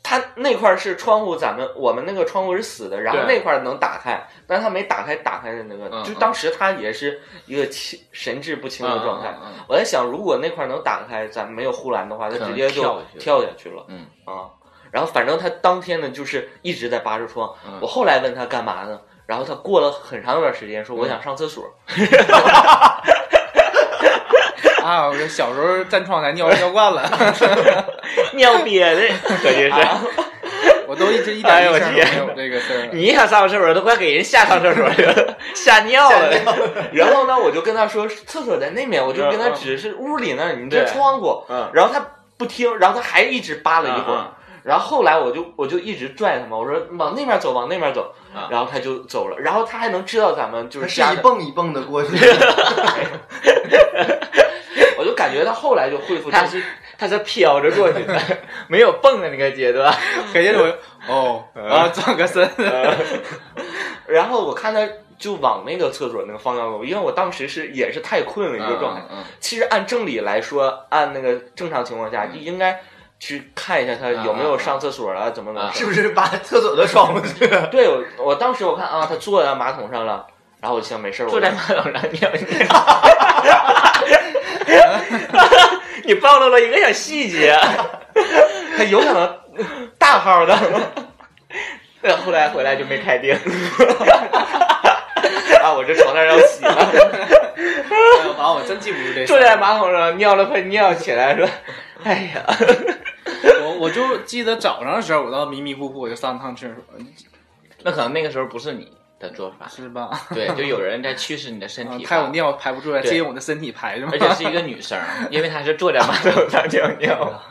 S5: 他那块儿是窗户，咱们我们那个窗户是死的，然后
S1: 对
S5: 那块儿能打开，但是他没打开，打开的那个，
S1: 嗯
S5: 就当时他也是一个清神志不清的状态。
S1: 嗯嗯嗯
S5: 我在想，如果那块儿能打开，咱们没有护栏的话，他
S1: 可能
S5: 直接就
S1: 跳下去了
S5: 跳下去了。
S1: 嗯
S5: 啊，然后反正他当天呢，就是一直在扒着窗。
S1: 嗯
S5: 我后来问他干嘛呢，然后他过了很长一段时间
S1: 嗯
S5: 说我想上厕所。
S7: 啊，我这小时候站窗台尿尿 惯了，
S1: 尿憋 的，啊可真是。
S7: 我都一直一
S1: 哎呦
S7: 点
S1: 我
S7: 印象都没有这个事儿。
S1: 你一想上厕所，都快给人吓上厕所去了，吓尿了。
S5: 然后呢，我就跟他说厕所在那面，我就跟他
S1: 嗯嗯
S5: 指是屋里那儿，你
S1: 对
S5: 这窗户。
S1: 嗯，
S5: 然后他不听，然后他还一直扒了一会
S1: 嗯
S5: 儿。然后后来我就我就一直拽他嘛，我说往那边走，往那边走
S1: 嗯。
S5: 然后他就走了，然后他还能知道咱们就
S6: 他
S5: 是
S6: 是
S5: 家
S6: 一
S5: 的，
S6: 蹦一蹦的过 去，
S5: 我就感觉他后来就恢复
S1: 他
S5: 正
S1: 是他是飘着过去 的，没有蹦的那个阶 段。
S7: 可见我哦啊，转个身，
S5: 嗯然后我看他就往那个厕所那个方向走，因为我当时是也是太困了一个状态。
S1: 嗯
S5: 其实按正理来说，按那个正常情况下，就
S1: 嗯
S5: 应该去看一下他有没有上厕所了，怎么怎么
S1: 啊
S5: 着。
S6: 是不是把厕所都闯 过去了？
S5: 对，我我当时我看啊，他坐在马桶上了，然后我就想没事儿，我
S1: 坐在马桶上尿尿。 你暴露了一个小细节，
S5: 他有可能大号的
S1: 那后来回来就没开腚。
S5: 啊，我这床单要洗了，
S7: 哎呦完我真记不住这事
S1: 坐
S7: 儿。
S1: 在马桶上尿了快尿起来，说：“哎呀，
S7: 我我就记得早上的时候，我倒迷迷糊糊，我就上趟厕所，
S1: 那可能那个时候不是你的做法，
S7: 是 吧？
S1: 对，就有人在驱使你的身体吧，
S7: 拍我尿排不出来，
S1: 对
S7: 借用我的身体排是吗
S1: 而？且是一个女生，因为她是坐在马桶上尿 尿。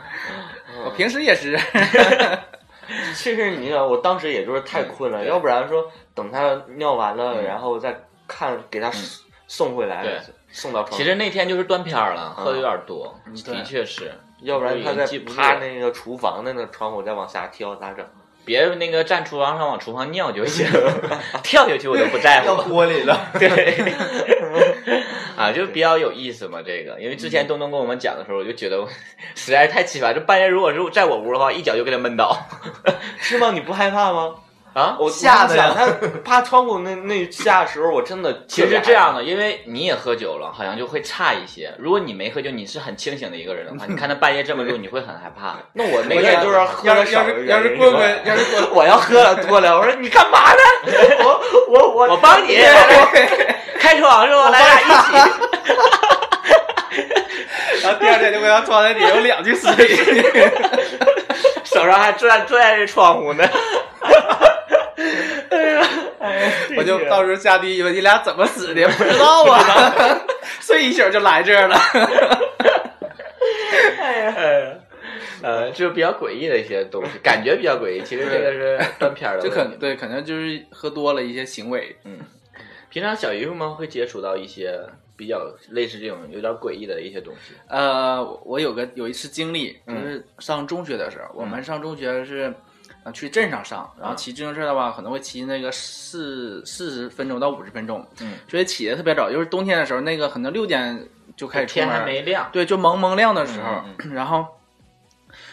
S7: 我平时也是，
S5: 其实你想，我当时也就是太困了，要不然说等他尿完
S6: 嗯
S5: 了，然后再看给他送回来，
S1: 对
S5: 送到床上。
S1: 其实那天就是断片儿了，
S5: 嗯
S1: 喝的有点多，
S7: 对
S1: 的确是。
S5: 要不然他再
S1: 记不住
S5: 趴那个厨房的那窗户再往下跳，咋整？
S1: 别那个站厨房上往厨房尿就 行， 跳下去我都不在
S6: 掉
S1: 乎。
S6: 锅里了，
S1: 对， 啊，就比较有意思嘛，这个，因为之前东东跟我们讲的时候，我就觉得我实 在是太奇葩，就半夜如果是在我屋的话，一脚就给他闷倒。
S5: 是吗？你不害怕吗？啊！我
S6: 吓得呀
S5: 我跟你讲他趴窗户那那下的时候，我真的
S1: 其实
S5: 特别
S1: 是这样的，因为你也喝酒了，好像就会差一些。如果你没喝酒，你是很清醒的一个人的话，你看他半夜这么录，你会很害怕。
S5: 那我那
S1: 我
S5: 个
S1: 也
S5: 就是喝
S7: 要
S5: 了
S7: 是
S5: 少
S7: 要
S5: 的
S7: 是
S5: 原
S7: 要
S5: 因
S7: 是棍
S5: 吧
S7: 棍要是 棍，
S5: 我要喝了多了，我说你干嘛 呢？我我我
S1: 我帮你开窗是吧？来俩一起。
S7: 然后第二天就被他抓在里有两具尸体。
S1: 手上还拽拽着窗户呢。
S7: 我就到时候下地狱问你俩怎么死的，不知道啊， 睡一宿就来这儿了。哎
S1: 呃，就比较诡异的一些东西，感觉比较诡异。其实这个是断片儿的
S7: 就
S1: 问题。
S7: 可对，可能就是喝多了一些行为，
S1: 平常小姨夫们会接触到一些比较类似这种有点诡异的一些东西。
S7: 呃，我我有个有一次经历，
S1: 嗯
S7: 就是上中学的时候，我们上中学是。啊，去镇上上，
S1: 嗯
S7: 然后骑自行车的话，可能会骑那个四四十分钟到五十分钟，
S1: 嗯，
S7: 所以起的特别早，就是冬天的时候，那个可能六点就开始出
S1: 天
S7: 门，
S1: 还没亮，
S7: 对，就蒙蒙亮的时候，
S1: 嗯
S7: 然后，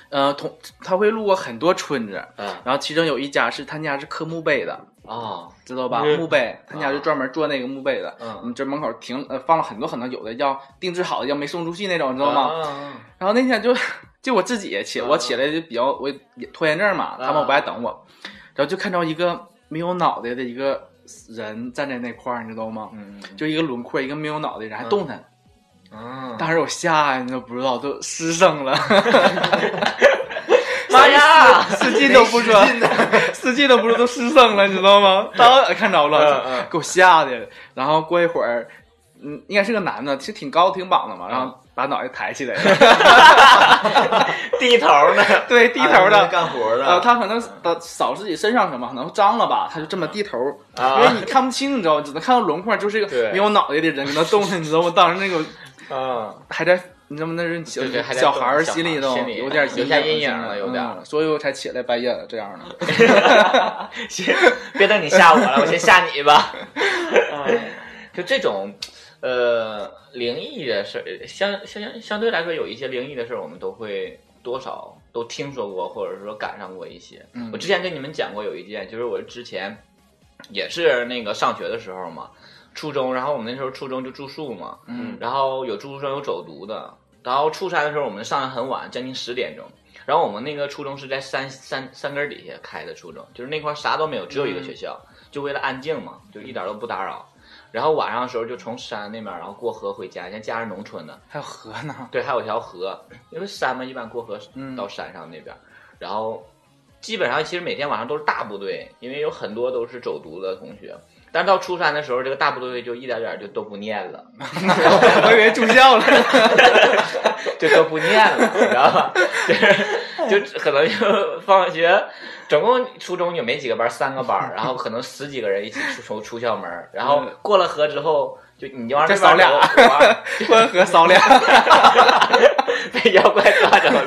S7: 呃，同他会路过很多村子，
S1: 嗯
S7: 然后其中有一家是他家是刻墓碑的，
S1: 哦，
S7: 知道吧？
S5: 嗯
S7: 墓碑，他家就专门做那个墓碑的。
S1: 啊嗯
S7: 我们这门口停呃放了很多很多，有的要定制好的，要没送出去那种，你知道
S1: 啊
S7: 吗？
S5: 啊
S1: 吗？
S7: 然后那天就就我自己起，
S1: 嗯
S7: 我起来就比较我也拖延症嘛，他们不爱等我，
S1: 嗯
S7: 然后就看到一个没有脑袋的一个人站在那块儿，你知道吗？
S1: 嗯，
S7: 就一个轮廓，一个没有脑袋的人还动弹，
S1: 啊，
S7: 当时我吓你都不知道，都失声 了。
S1: 妈呀！
S7: 使劲都不说，使劲都不说，都失声了，你知道吗？
S1: 嗯
S7: 当然看着了，给我吓的。然后过一会儿，嗯，应该是个男的，其实挺高挺膀的嘛，然
S1: 嗯
S7: 后把脑袋抬起来，
S1: 低头呢？ 啊
S7: 对，低头
S6: 的
S7: 的。
S6: 干活的，
S7: 呃，他可能扫扫自己身上什么，可能脏了吧，他就这么低头，
S1: 啊
S7: 因为你看不清，你知道吗，只能看到轮廓，就是一
S5: 对
S7: 个没有脑袋的人搁那动弹，你知道吗？当时那个
S1: 嗯
S5: 啊，
S7: 还在，你知道吗？那是小
S1: 对对还在
S7: 小孩儿
S1: 小孩儿
S7: 心里都
S1: 心里
S7: 有点
S1: 留下阴影了有点
S7: 嗯所以我才起来半夜了这样的。
S1: 行，别等你吓我了，我先吓你吧。哎就这种，呃，灵异的事儿，相相相相对来说，有一些灵异的事儿，我们都会多少都听说过，或者说赶上过一些。
S7: 嗯
S1: 我之前跟你们讲过有一件，就是我之前也是那个上学的时候嘛，初中，然后我们那时候初中就住宿嘛，
S7: 嗯，
S1: 然后有住宿生有走读的，然后初三的时候我们上的很晚，将近十点钟。然后我们那个初中是在山山山根儿底下开的初中，就是那块儿啥都没有，只有一个学校，就为了安静嘛，就一点儿都不打扰。然后晚上的时候就从山那边儿，然后过河回家，人家家是农村的，
S7: 还有河呢，
S1: 对，还有条河，因为山嘛，一般过河
S7: 嗯
S1: 到山上那边儿，然后基本上其实每天晚上都是大部队，因为有很多都是走读的同学。但是到初三的时候，这个大部队就一点点儿就都不念了，
S7: 我以为住校了。
S1: 就都不念了，你知道吧？
S7: 哎
S1: 就是就可能就放学，总共初中就没几个班儿，三个班儿，然后可能十几个人一起出出出校门儿，然
S7: 嗯
S1: 后过了河之后，就你就往
S7: 再
S1: 这
S7: 扫
S1: 边
S7: 俩
S1: 走我往
S7: 关河扫两，
S1: 被妖怪抓着了，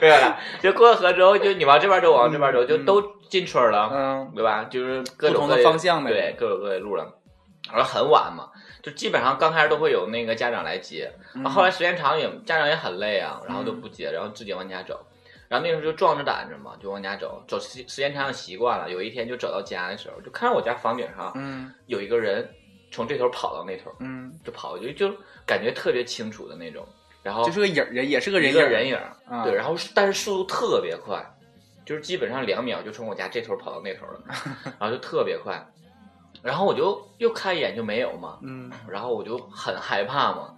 S1: 没有了。就过河之后，就你往这边走，往这边走，就都进村了，
S7: 嗯，
S1: 对吧？就是各
S7: 不
S1: 种
S7: 同
S1: 各
S7: 的方向呗
S1: 对，各种各的路了。然后很晚嘛，就基本上刚开始都会有那个家长来接，
S7: 嗯
S1: 然后后来时间长也家长也很累啊，然后都不接，然后自己往家走。然后那时候就壮着胆子嘛，就往家走，走时时间长也习惯了。有一天就走到家的时候，就看到我家房顶上
S7: 嗯
S1: 有一个人从这头跑到那头，
S7: 嗯，
S1: 就跑就就感觉特别清楚的那种。然后
S7: 就是个影儿，也也是个人
S1: 一
S7: 影
S1: 个
S7: 儿，
S1: 人影儿，
S7: 啊
S1: 对，然后是但是速度特别快，就是基本上两秒就从我家这头跑到那头了，然后就特别快，然后我就又看一眼就没有嘛，
S7: 嗯，
S1: 然后我就很害怕嘛，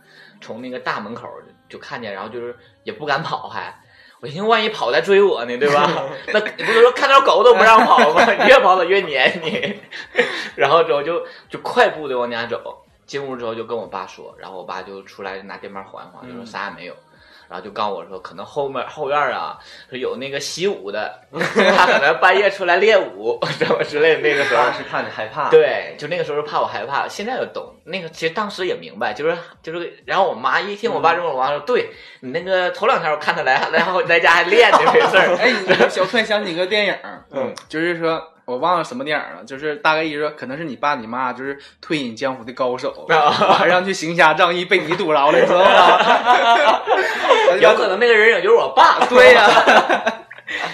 S1: 从那个大门口就看见，然后就是也不敢跑还。我寻思，万一跑再追我呢，对吧？那不是说看到狗都不让跑吗？你越跑它越撵你。 然后之后就就快步的往家走，进屋之后就跟我爸说，然后我爸就出来拿电棒晃一晃，就说啥也没有。然后就告诉我说，可能后面后院啊是有那个习武的，他可能半夜出来练武什么之类的。那个时候
S7: 啊
S6: 他 是怕你害怕，，
S1: 对，就那个时候怕我害怕，现在就懂。那个其实当时也明白，就是就是，然后我妈一听我爸这么说，我妈说：“对你那个头两天我看他来，然后来家还练呢，没事儿。
S7: 哎，你我突然想起一个电影儿，
S5: 嗯，
S7: 就是说我忘了什么电影儿了，就是大概意思说，可能是你爸你妈就是退隐江湖的高手，晚上去行侠仗义被你堵着了，你知道吗？
S1: 有可能那个人影就是我爸。”
S7: 对呀，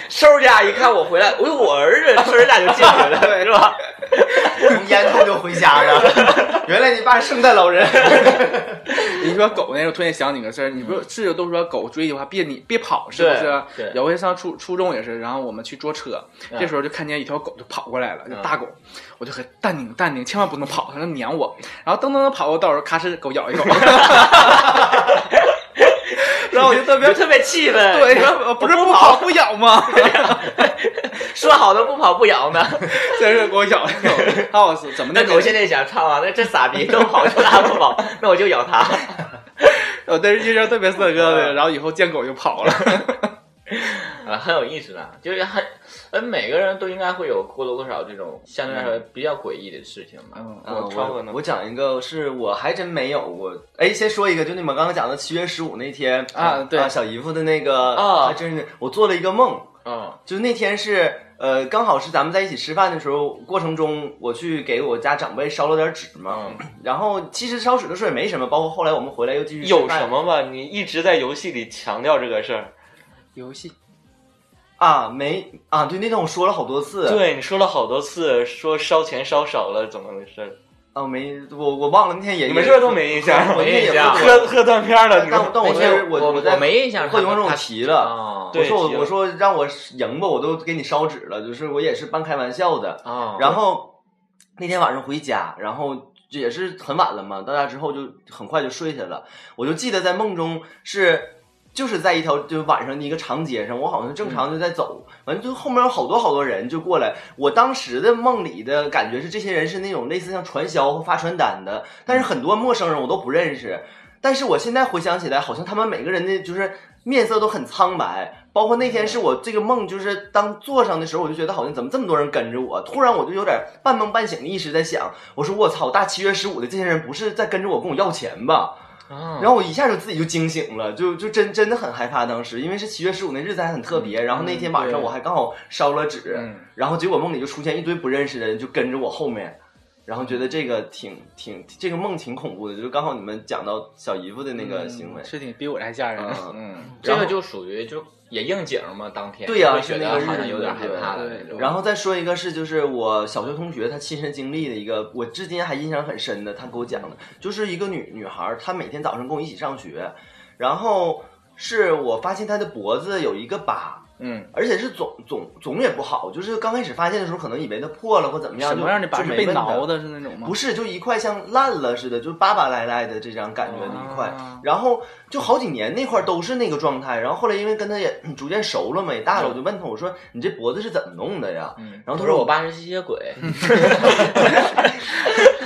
S1: 收拾家一看我回来，哎呦，我儿子收拾家就进去了， 是吧？
S6: 从烟囱就回家了。原来你爸是圣诞老人，
S7: 你说狗那个，突然想起个事儿，你不是室友都说狗追的话，别你别跑，是不
S1: 对
S7: 是
S1: 对？
S7: 有回上初初中也是，然后我们去捉车，这时候就看见一条狗就跑过来了，就大狗，我就很淡定淡定，千万不能跑，它能撵我。然后噔噔噔跑过，到时候咔哧狗咬一口， 然后我就特别
S1: 就特别气愤，
S7: 对，
S1: 说
S7: 说不是不跑不咬吗？
S1: 说好的不跑不咬呢？
S7: 真是给我咬一口，然后我说怎么
S1: 那
S7: 的？
S1: 狗现在想，操啊，那这傻逼都跑就他不跑，那我就咬他。
S7: 我当时印象特别深刻的，然后以后见狗就跑了。
S1: 啊，很有意思的，就是很，呃，每个人都应该会有或多或少这种相对来说比较诡异的事情吧。
S7: 嗯
S6: 啊
S5: 我超过呢
S6: 我讲一个，是我还真没有我。哎，先说一个，就你们刚刚讲的七月十五那天
S7: 啊对
S6: 小姨夫的那个
S1: 啊
S6: 还真是我做了一个梦，
S5: 啊
S1: 嗯
S6: 就那天是呃，刚好是咱们在一起吃饭的时候，过程中我去给我家长辈烧了点纸嘛，
S5: 嗯
S6: 然后其实烧纸的事儿也没什么，包括后来我们回来又继续吃
S5: 有
S6: 饭
S5: 什么吗？你一直在游戏里强调这个事儿，
S7: 游戏
S6: 啊？没啊？对，那天我说了好多次，，
S5: 对你说了好多次，说烧钱烧少了怎么回事？
S6: 啊，没我我忘了那天也
S5: 你们是不是都没印象？
S6: 我那天也
S1: 没印象
S6: 不是
S5: 喝喝断片了，
S6: 但
S5: 你
S6: 但
S5: 们
S6: 但我
S1: 那
S6: 是
S1: 天
S6: 我
S1: 我
S6: 在
S1: 我没印象他
S6: 会有这种
S1: 他
S6: 提了。
S1: 哦
S5: 对
S6: 啊我说
S5: 提
S6: 我
S5: 了
S6: 我说让我赢吧，我都给你烧纸了，就是我也是半开玩笑的。
S1: 哦，
S6: 然后那天晚上回家，然后就也是很晚了嘛，到家之后就很快就睡下了。我就记得在梦中是。就是在一条就是晚上的一个长街上，我好像正常就在走，完、就后面有好多好多人就过来。我当时的梦里的感觉是，这些人是那种类似像传销或发传单的，但是很多陌生人我都不认识。但是我现在回想起来，好像他们每个人的就是面色都很苍白，包括那天是我这个梦，就是当坐上的时候，我就觉得好像怎么这么多人跟着我，突然我就有点半梦半醒的意识在想，我说我操，大七月十五的这些人不是在跟着我跟我要钱吧？
S7: 嗯
S6: 然后我一下就自己就惊醒了，就就真真的很害怕。当时因为是七月十五那日子还很特别，然后那天晚上我还刚好烧了纸，
S7: 嗯
S6: 然后结果梦里就出现一堆不认识的人就跟着我后面，然后觉得这个挺挺这个梦挺恐怖的，就刚好你们讲到小姨夫的那
S7: 嗯
S6: 个行为，
S7: 是挺比我这还吓人。嗯，
S1: 这
S6: 然
S1: 个
S6: 后
S1: 就属于就也应景嘛，当天
S6: 对呀
S1: 会觉
S6: 是那
S1: 得
S6: 个日
S1: 好像
S6: 子
S1: 有点害怕的
S7: 对
S1: 那种。
S6: 然后再说一个是，就是我小学同学他亲身经历的一个，我至今还印象很深的，他给我讲的，
S7: 嗯
S6: 就是一个女女孩儿，她每天早上跟我一起上学，然后是我发现她的脖子有一个疤，
S7: 嗯，
S6: 而且是总总总也不好，就是刚开始发现的时候可能以为它破了或怎么样，
S7: 什么样的
S6: 就
S7: 把
S6: 就
S7: 是
S6: 没
S7: 被
S6: 问她
S7: 挠的是那种吗？
S6: 不是，就一块像烂了似的，就巴巴赖赖的这张感觉的一块。
S7: 啊
S6: 然后就好几年那块儿都是那个状态。然后后来因为跟他也嗯逐渐熟了嘛，也大了，我就问他，我说你这脖子是怎么弄的呀？然后
S1: 他
S6: 他
S1: 说
S6: 说
S1: 我爸是吸血 鬼，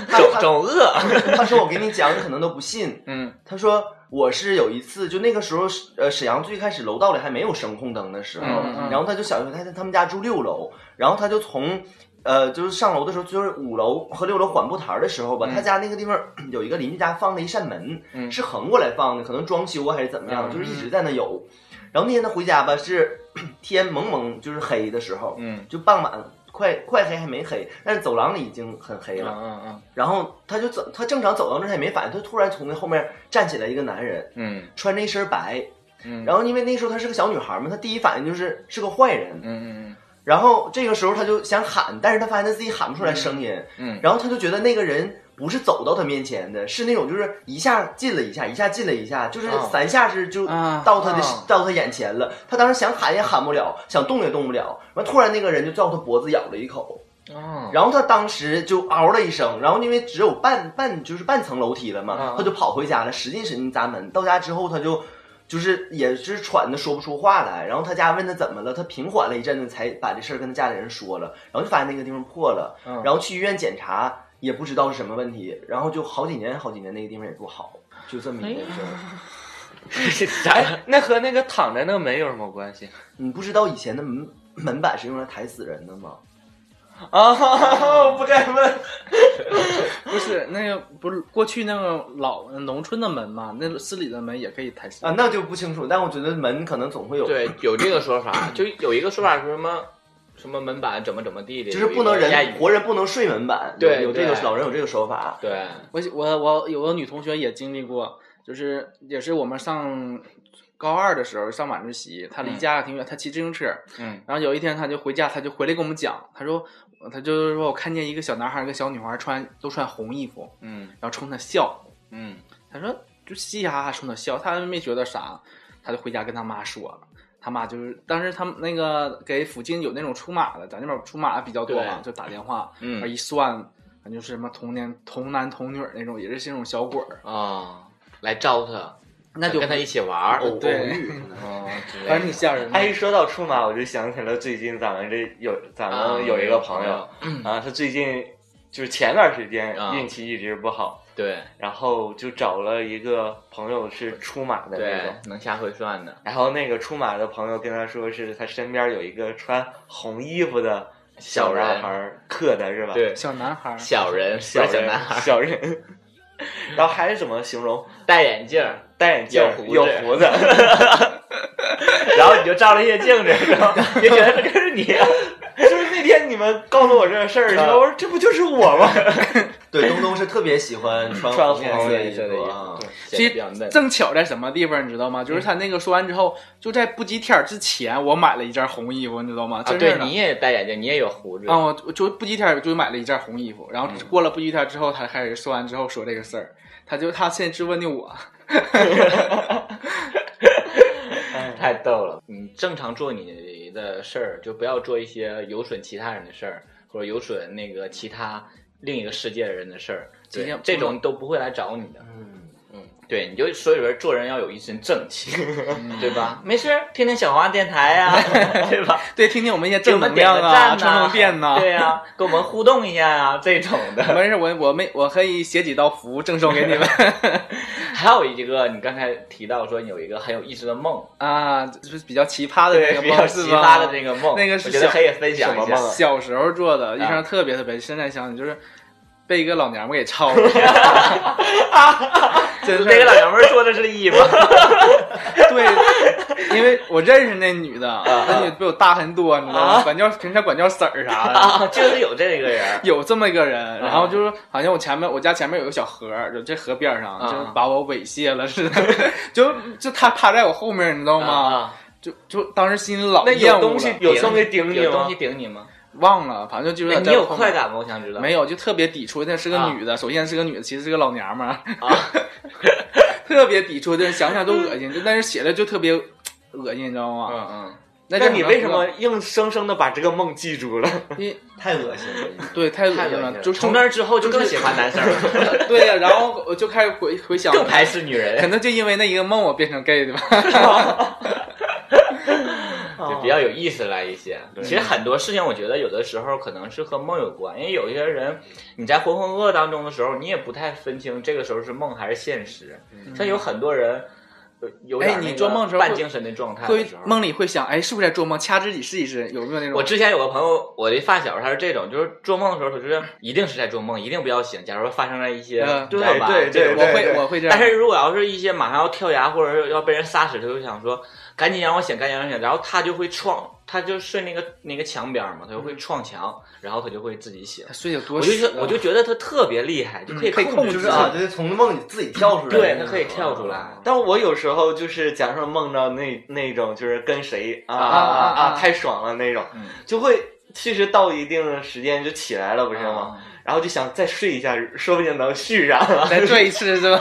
S6: 他
S1: 整
S6: 他
S1: 整恶，
S6: 他说我给你讲，你可能都不信。
S7: 嗯，
S6: 他说我是有一次，就那个时候是，呃，沈阳最开始楼道里还没有声控灯的时候，
S7: 嗯嗯
S6: 然后他就小学他在他们家住六楼，然后他就从。呃，就是上楼的时候，就是五楼和六楼缓步台儿的时候吧，
S7: 嗯
S6: 他家那个地方咳有一个邻居家放了一扇门，是横过来放的，可能装修啊还是怎么
S7: 嗯
S6: 样，就是一直在那有。然后那天他回家吧，是 天蒙蒙就是黑的时候，
S7: 嗯，
S6: 就傍晚快快黑还没黑，但是走廊里已经很黑了，
S7: 嗯嗯
S6: 然后他就走，他正常走到那儿他也没反应，他突然从那后面站起来一个男人，
S7: 嗯
S6: 穿着一身白，
S7: 嗯
S6: 然后因为那时候她是个小女孩嘛，她第一反应就是是个坏人，
S7: 嗯
S6: 然后这个时候她就想喊，但是她发现她自己喊不出来声音，
S7: 嗯
S6: 然后她就觉得那个人不是走到她面前的，是那种就是一下进了一下，一下进了一下，就是三下是就
S7: 哦啊
S6: 到她的、
S7: 啊
S6: 到她眼前了，她当时想喊也喊不了，想动也动不了，完突然那个人就照她脖子咬了一口，
S1: 哦，
S6: 然后他当时就嗷了一声，然后因为只有半半就是半层楼梯了嘛，他就跑回家了，使劲使劲砸门。到家之后，他就就是也是喘的说不出话来。然后他家问他怎么了，他平缓了一阵子，才把这事儿跟他家里人说了。然后就发现那个地方破了，然后去医院检查也不知道是什么问题，然后就好几年好几年那个地方也不好，就这么一件事儿。
S5: 哎，那和那个躺在那个门有什么关系？
S6: 你不知道以前的门 门板是用来抬死人的吗？
S5: 啊，不该 问。
S7: 嗯，不是那个不是过去那个老农村的门嘛，那市里的门也可以抬起
S6: 啊，那就不清楚。但我觉得门可能总会有，
S1: 对，有这个说法，就有一个说法是什么什么门板怎么怎么地的，
S6: 就是不能
S1: 有一个谚
S6: 人
S1: 语
S6: 活人不能睡门板，有
S1: 对
S6: 有这个
S1: 对
S6: 老人有这个说法。
S1: 对，
S7: 我我我有个女同学也经历过，就是也是我们上高二的时候上晚自习，他离
S5: 嗯
S7: 家挺远，他骑自行车，
S5: 嗯
S7: 然后有一天他就回家，他就回来跟我们讲，他说他就是说我看见一个小男孩跟小女孩穿都穿红衣服，
S5: 嗯
S7: 然后冲他笑，
S5: 嗯
S7: 他说就嘻嘻哈哈冲他笑，他没觉得啥，他就回家跟他妈说了。他妈就是当时他们那个给附近有那种出马的，咱这边出马比较多嘛，就打电话，然后
S5: 嗯
S7: 一算，反正就是什么童年童男童女那种，也是这种小鬼儿，
S1: 哦
S5: 啊，来招他，
S7: 那就
S5: 跟他一起玩儿，
S6: 偶偶
S7: 对
S6: 遇可能
S5: 哦之类
S7: 反正
S5: 的
S7: 挺吓
S1: 嗯
S7: 人的。
S5: 哎，一说到出马，我就想起了最近咱们这有咱
S1: 啊
S5: 们有一个朋友啊，他最近就是前段时间
S1: 啊
S5: 运气一直不好，
S1: 对
S5: 然后就找了一个朋友是出马的那
S1: 对
S5: 种，，
S1: 能掐会算
S6: 哦
S1: 的
S5: 然后那个出马的朋友跟他说是他身边有一个穿红衣服的
S1: 小人
S5: 男孩儿刻的是吧？
S1: 对
S7: 小男孩儿，
S1: 小人，
S5: 小
S1: 不是小
S5: 人
S1: 男 孩，
S5: 小人， 然后还是怎么形容？
S1: 戴眼镜儿，
S5: 戴眼镜儿，
S1: 有
S5: 有
S1: 胡子
S5: 胡子， 然后你就照了一些镜子， 然后
S1: 别觉得这个是你，
S5: 就是那天你们告诉我这个事儿的时候，我说这不就是我吗？
S6: 啊 对，东东是特别喜欢穿
S5: 穿
S6: 红颜
S5: 红
S6: 色
S5: 颜
S6: 的
S1: 色的衣
S6: 服
S1: 服
S6: 啊，
S7: 其
S1: 比
S7: 实
S1: 较嫩。
S7: 正巧在什么地方，你知道吗？就是他那个说完之后，就在不几天儿之前，我买了一件红衣服，你知道吗？
S1: 啊，
S7: 真事儿
S1: 对，
S7: 呢
S1: 你也戴眼镜，你也有胡子
S7: 啊，我我就不几天儿就买了一件红衣服，然后过了不几天之后，他开始说完之后说这个事儿，他就他先质问的 我，
S1: 太逗了。你正常做你的事儿，就不要做一些有损其他人的事儿，或者有损那个其他另一个世界的人的事儿。
S7: 尽
S1: 对
S7: 量，
S1: 这
S7: 不能
S1: 种都不会来找你的。
S6: 嗯，
S1: 对，你就所以说做人要有一身正气，对吧？没事儿，听听小黄鸭电台呀、对吧？
S7: 对，听听我们一些
S1: 给我
S7: 正
S1: 们
S7: 能
S1: 点
S7: 量
S1: 个
S7: 啊，
S1: 赞呐、
S7: 充充电呐、
S1: 对呀、跟我们互动一下啊，这种的。
S7: 没事，我我没我可以写几道符赠送给 你们
S1: 还有一个，你刚才提到说有一个很有意思的梦，
S7: 啊，就是比较奇葩的那个
S1: 比较
S7: 梦哎是
S1: 奇
S7: 吧？
S1: 葩的那个梦，
S7: 那个
S1: 我
S7: 是
S1: 觉得
S7: 小
S1: 可以分享一
S5: 什么
S1: 下
S5: 梦。
S7: 小时候做的，印
S1: 啊
S7: 象特别特别，现在想想就是被一个老娘们给抄 了，真
S1: 那个
S7: 的
S1: 老娘们儿说的是 一吗？
S7: 对，因为我认识那女的，
S1: 啊
S7: 那女的比我大很多，你知道吗？管叫平常管叫婶儿啥的。
S1: 啊，就是有这个人，啊
S7: 有这么一个人，然后就是好像我前面我家前面有个小河，就这河边上，
S1: 啊
S7: 就把我猥亵了似的， 就就他趴在我后面，你知道吗？
S1: 啊，
S7: 就就当时心里老
S5: 那
S7: 厌
S5: 有
S7: 恶
S5: 东西
S7: 了，
S5: 有东西顶你
S1: 有东
S5: 吗
S1: 西？顶你吗？
S7: 忘了，反正就是
S1: 哎
S7: 在
S1: 你有
S7: 后面
S1: 快感吗？我想知道。
S7: 没有，就特别抵触。那是个
S1: 啊
S7: 女的，首先是个女的，其实是个老娘们儿，
S1: 啊，
S7: 特别抵触，就是想想都恶心，就但是写的就特别恶心，你知道吗？
S1: 嗯嗯，
S7: 那
S5: 那
S7: 叫
S5: 你
S7: 什么
S5: 为什么？硬生生的把这个梦记住 了？
S7: 因
S6: 太恶心了。
S7: 对，太恶
S1: 太恶
S7: 心
S1: 心
S7: 了，
S1: 了。
S7: 就
S1: 从那儿之后就更喜欢男生 了，
S7: 对呀、然后我就开始回回想，
S1: 更排斥女
S7: 可
S1: 人，
S7: 能就因为那一个梦，我变成 gay 的吧。哦
S1: 就比较有意思了一些。其实很多事情，我觉得有的时候可能是和梦有关，因为有些人你在浑浑噩噩当中的时候，你也不太分清这个时候是梦还是现实。像有很多人有有点
S7: 嗯哎你
S1: 那个
S7: 做梦的时候
S1: 半
S7: 会
S1: 精神的状态的
S7: 会
S1: 时候，
S7: 梦里会想，哎，是不是在做梦？掐自己试一试，有没有那种？
S1: 我之前有个朋友，我的发小，他是这种，就是做梦的时候，他就是一定是在做梦，一定不要醒。假如说发生了一些，
S7: 嗯
S1: 你知道吧
S5: 对对
S1: 这种
S7: 我
S5: 对
S7: 会我会这样。
S1: 但是如果要是一些马上要跳崖或者是要被人杀死，他就想说赶紧让我醒，赶紧让我醒，然后他就会撞，他就顺那个那个墙边嘛，他就会撞墙，然后他就会自己醒
S7: 他。睡得多
S1: 我
S7: 嗯
S1: 就觉
S7: 死
S1: 我就觉得他特别厉害，就可以
S7: 可以
S1: 控
S7: 控
S1: 制
S7: 制
S6: 就是啊，就是嗯从梦里自己跳出来，
S1: 对，他可以跳出来。
S5: 但 我有时候就是，假如说梦到那那种就是跟谁啊
S1: 啊
S7: 啊啊
S5: 啊太爽了那种
S1: 嗯，
S5: 就会其实到一定的时间就起来了，不是
S1: 啊
S5: 吗？然后就想再睡一下，说不定能续上。
S1: 哎
S7: 再做一次是吧？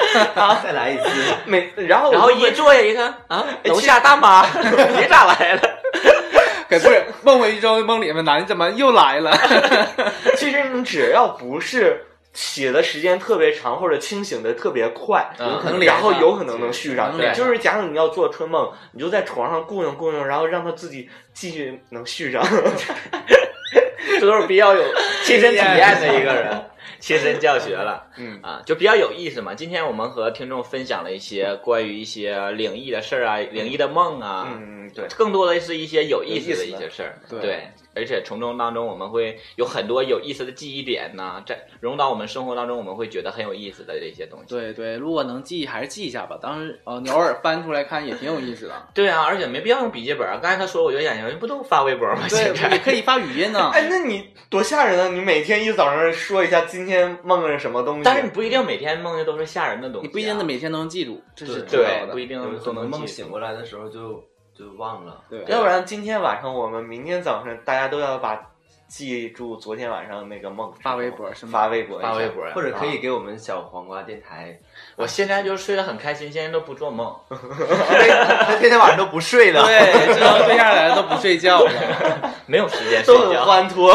S6: 再来一次。
S5: 每然后我
S1: 然后
S5: 就会哎
S1: 一坐下一看啊，楼下大妈， 别咋来了。
S7: 可不是梦回一周，梦里面男的怎么又来 了？
S5: 其实你只要不是起的时间特别长，或者清醒的特别快，
S1: 有可
S7: 能连
S5: 然
S7: 上
S5: 后有可能能续上。
S7: 能
S5: 对，
S7: 连
S5: 就
S1: 上
S5: 是假如你要做春梦，你就在床上雇佣雇佣，然后让他自己继续能续上。
S1: 这都是比较有亲身体验的一个人，亲身教学了，
S5: 嗯
S1: 啊，就比较有意思嘛。今天我们和听众分享了一些关于一些灵异的事儿啊，灵异的梦啊，
S5: 嗯，对，
S1: 更多的是一些有意思的一
S5: 有意思
S1: 些事儿。
S7: 对
S1: 对，而且从中当中我们会有很多有意思的记忆点呐、在融到我们生活当中，我们会觉得很有意思的这些东西。
S7: 对对，如果能记还是记一下吧。当时呃，你偶尔翻出来看也挺有意思的。
S1: 对啊，而且没必要用笔记本啊。刚才他说我有眼睛，不都发微博吗？现
S7: 对，也
S1: 在
S7: 可以发语音呢。
S5: 哎，那你多吓人啊！你每天一早上说一下今天梦见什么东西，
S1: 但是你不一定每天梦见都是吓人的东西啊、
S7: 你不一定每天都能记住，这是重要
S1: 对，
S7: 的
S1: 不。一定
S6: 有
S1: 都
S6: 可能
S1: 能
S6: 梦
S1: 记
S6: 醒过来的时候就就忘了。
S7: 对
S5: 要不然今天晚上我们明天早上大家都要把记住昨天晚上那个梦
S7: 发微博是吗
S5: 发微博一下，
S1: 发微博啊，
S6: 或者可以给我们小黄瓜电台，
S1: 我现在就是睡得很开心，现在都不做 梦。
S6: 他天天晚上都不睡了。
S7: 对，知道对象来了都不睡觉了，
S1: 没有时间睡
S5: 都很
S1: 觉。
S5: 欢脱。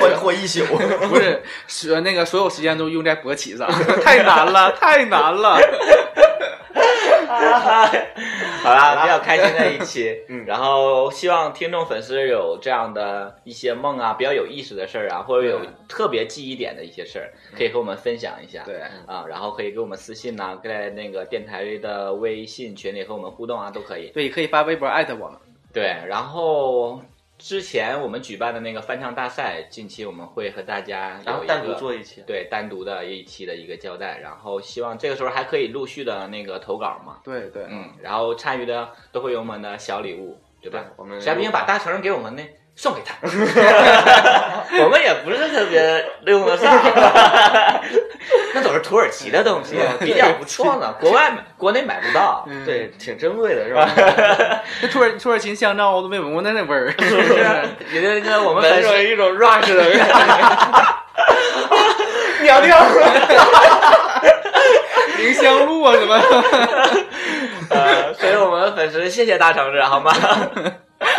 S6: 欢脱一宿，
S7: 不是，是呃那个所有时间都用在勃起上， 太难 了，太难了。
S1: 好啦，比较开心的一 期，嗯，然后希望听众粉丝有这样的一些梦啊，比较有意思的事儿啊，或者有特别记忆点的一些事儿，
S5: 嗯
S1: 可以和我们分享一下。
S7: 对，
S1: 啊，然后可以给我们私信呐、在那个电台的微信群里和我们互动啊，都可以。
S7: 对，可以发微博艾特我们。
S1: 对，然后之前我们举办的那个翻唱大赛，近期我们会和大家有
S5: 然后
S1: 一
S5: 单独
S1: 个
S5: 做一期，
S1: 对单独的一期的一个交代，然后希望这个时候还可以陆续的那个投稿嘛，
S7: 对对，
S1: 嗯，然后参与的都会有我们的小礼物，对吧
S5: 对？我们
S1: 谁不行把大成给我们呢？送给他，我们也不是特别用得上， 那都是土耳其的东西，比较不错呢，国外买国内买不到，
S5: 对，挺珍贵的 是吧？
S7: 这 土耳土耳其香皂我都没闻过那那味 儿，
S1: 是不是？也就是跟我们
S5: 闻
S1: 粉丝
S5: 着一种 rush 的感 觉，娘娘。
S7: 凝香露啊什么 的，
S1: 呃，所以我们粉丝谢谢大橙子，好吗？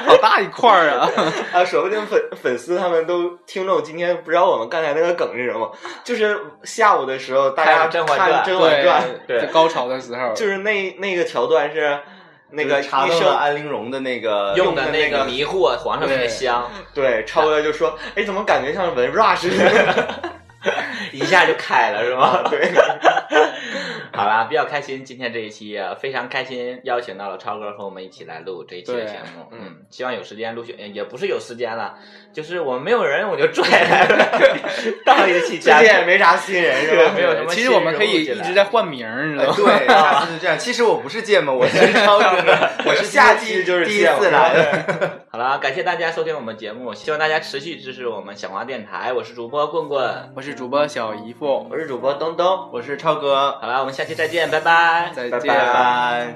S7: 好大一块儿啊！
S5: 啊，说不定粉粉丝他们都听众今天不知道我们刚才那个梗是什么，就是下午的时啊候大家
S1: 看
S5: 看
S1: 甄
S5: 《
S1: 嬛传
S5: 甄嬛传》，
S1: 对
S7: 就高潮的时候，
S5: 就是那那个桥段是那个医
S6: 查到了
S5: 生
S6: 安陵容的那个
S1: 用的
S5: 那
S1: 那
S5: 个
S1: 个迷惑皇上的香，
S5: 对超哥就说，哎，怎么感觉像文 rush 似的？
S1: 一下就开了，是吗？
S5: 对，
S1: 好啦，比较开心，今天这一期也非常开心，邀请到了超哥和我们一起来录这一期的节目。
S5: 对
S1: 嗯，希望有时间陆续，呃也不是有时间了，就是我们没有人，我就拽来了， 当一期
S5: 最
S1: 嘉
S5: 近
S1: 宾。
S5: 也没啥新人是
S1: 对
S5: 吧？
S1: 没有什么
S7: 其实我们可以一直在换名儿，你知道吗？
S6: 哎 对， 下次就这样。其实我不是芥末，我是超哥，我是
S5: 下
S6: 今
S5: 期
S6: 天
S5: 就是
S6: 第一
S5: 芥末
S6: 次来的。
S1: 好啦，感谢大家收听我们节目，希望大家持续支持我们小花电台，我是主播棍棍。
S7: 我是主播小姨夫，
S5: 我是主播东东，
S6: 我是超哥，
S1: 好啦，我们下期再见，拜拜。
S7: 再
S5: 拜
S7: 见。
S6: 拜
S5: 拜
S6: 拜。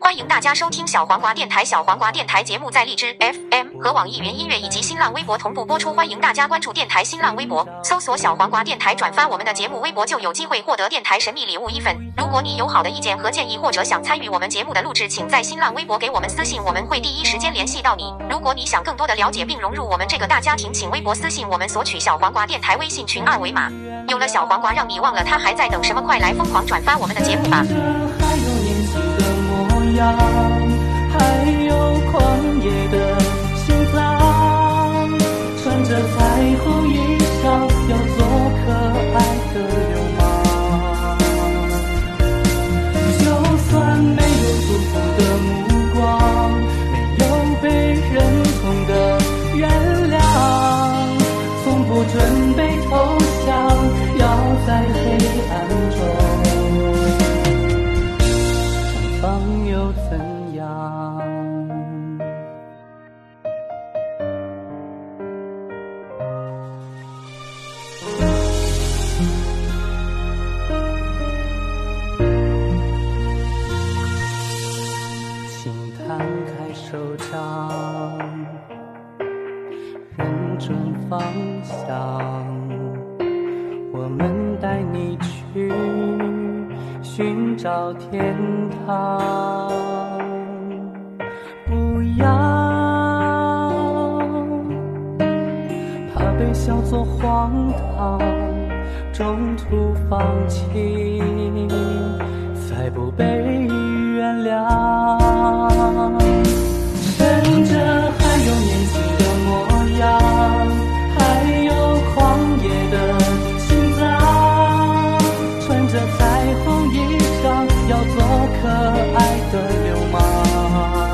S8: 欢迎大家收听小黄瓜电台。小黄瓜电台节目在荔枝 FM 和网易云音乐以及新浪微博同步播出，欢迎大家关注电台新浪微博，搜索“小黄瓜电台”，转发我们的节目微博就有机会获得电台神秘礼物一份。如果你有好的意见和建议，或者想参与我们节目的录制，请在新浪微博给我们私信，我们会第一时间联系到你。如果你想更多的了解并融入我们这个大家庭，请微博私信我们索取小黄瓜电台微信群二维码。有了小黄瓜，让你忘了它还在等什么，快来疯狂转发我们的节目吧！
S4: 还有年轻的模样，还有狂野的心脏，穿着彩虹衣裳，要做可爱的流氓。就算没有祝福的目光，没有被认同的原谅，从不准备投降，要在黑暗中。绽放又怎样？请摊开手掌，认准方向。我们带你去寻找天堂。不要怕被笑作荒唐，中途放弃，才不被原谅。趁着还有年轻的模样，还有狂野的心脏，穿着彩虹衣裳，要做可爱的流氓。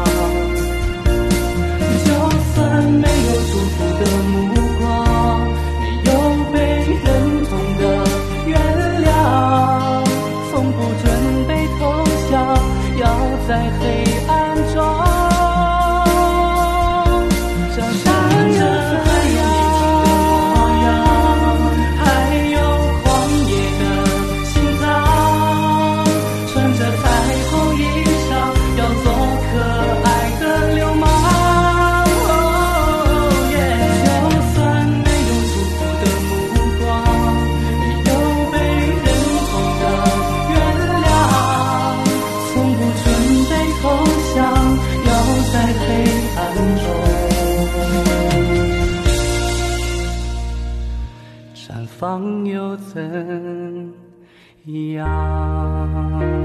S9: 方又怎样？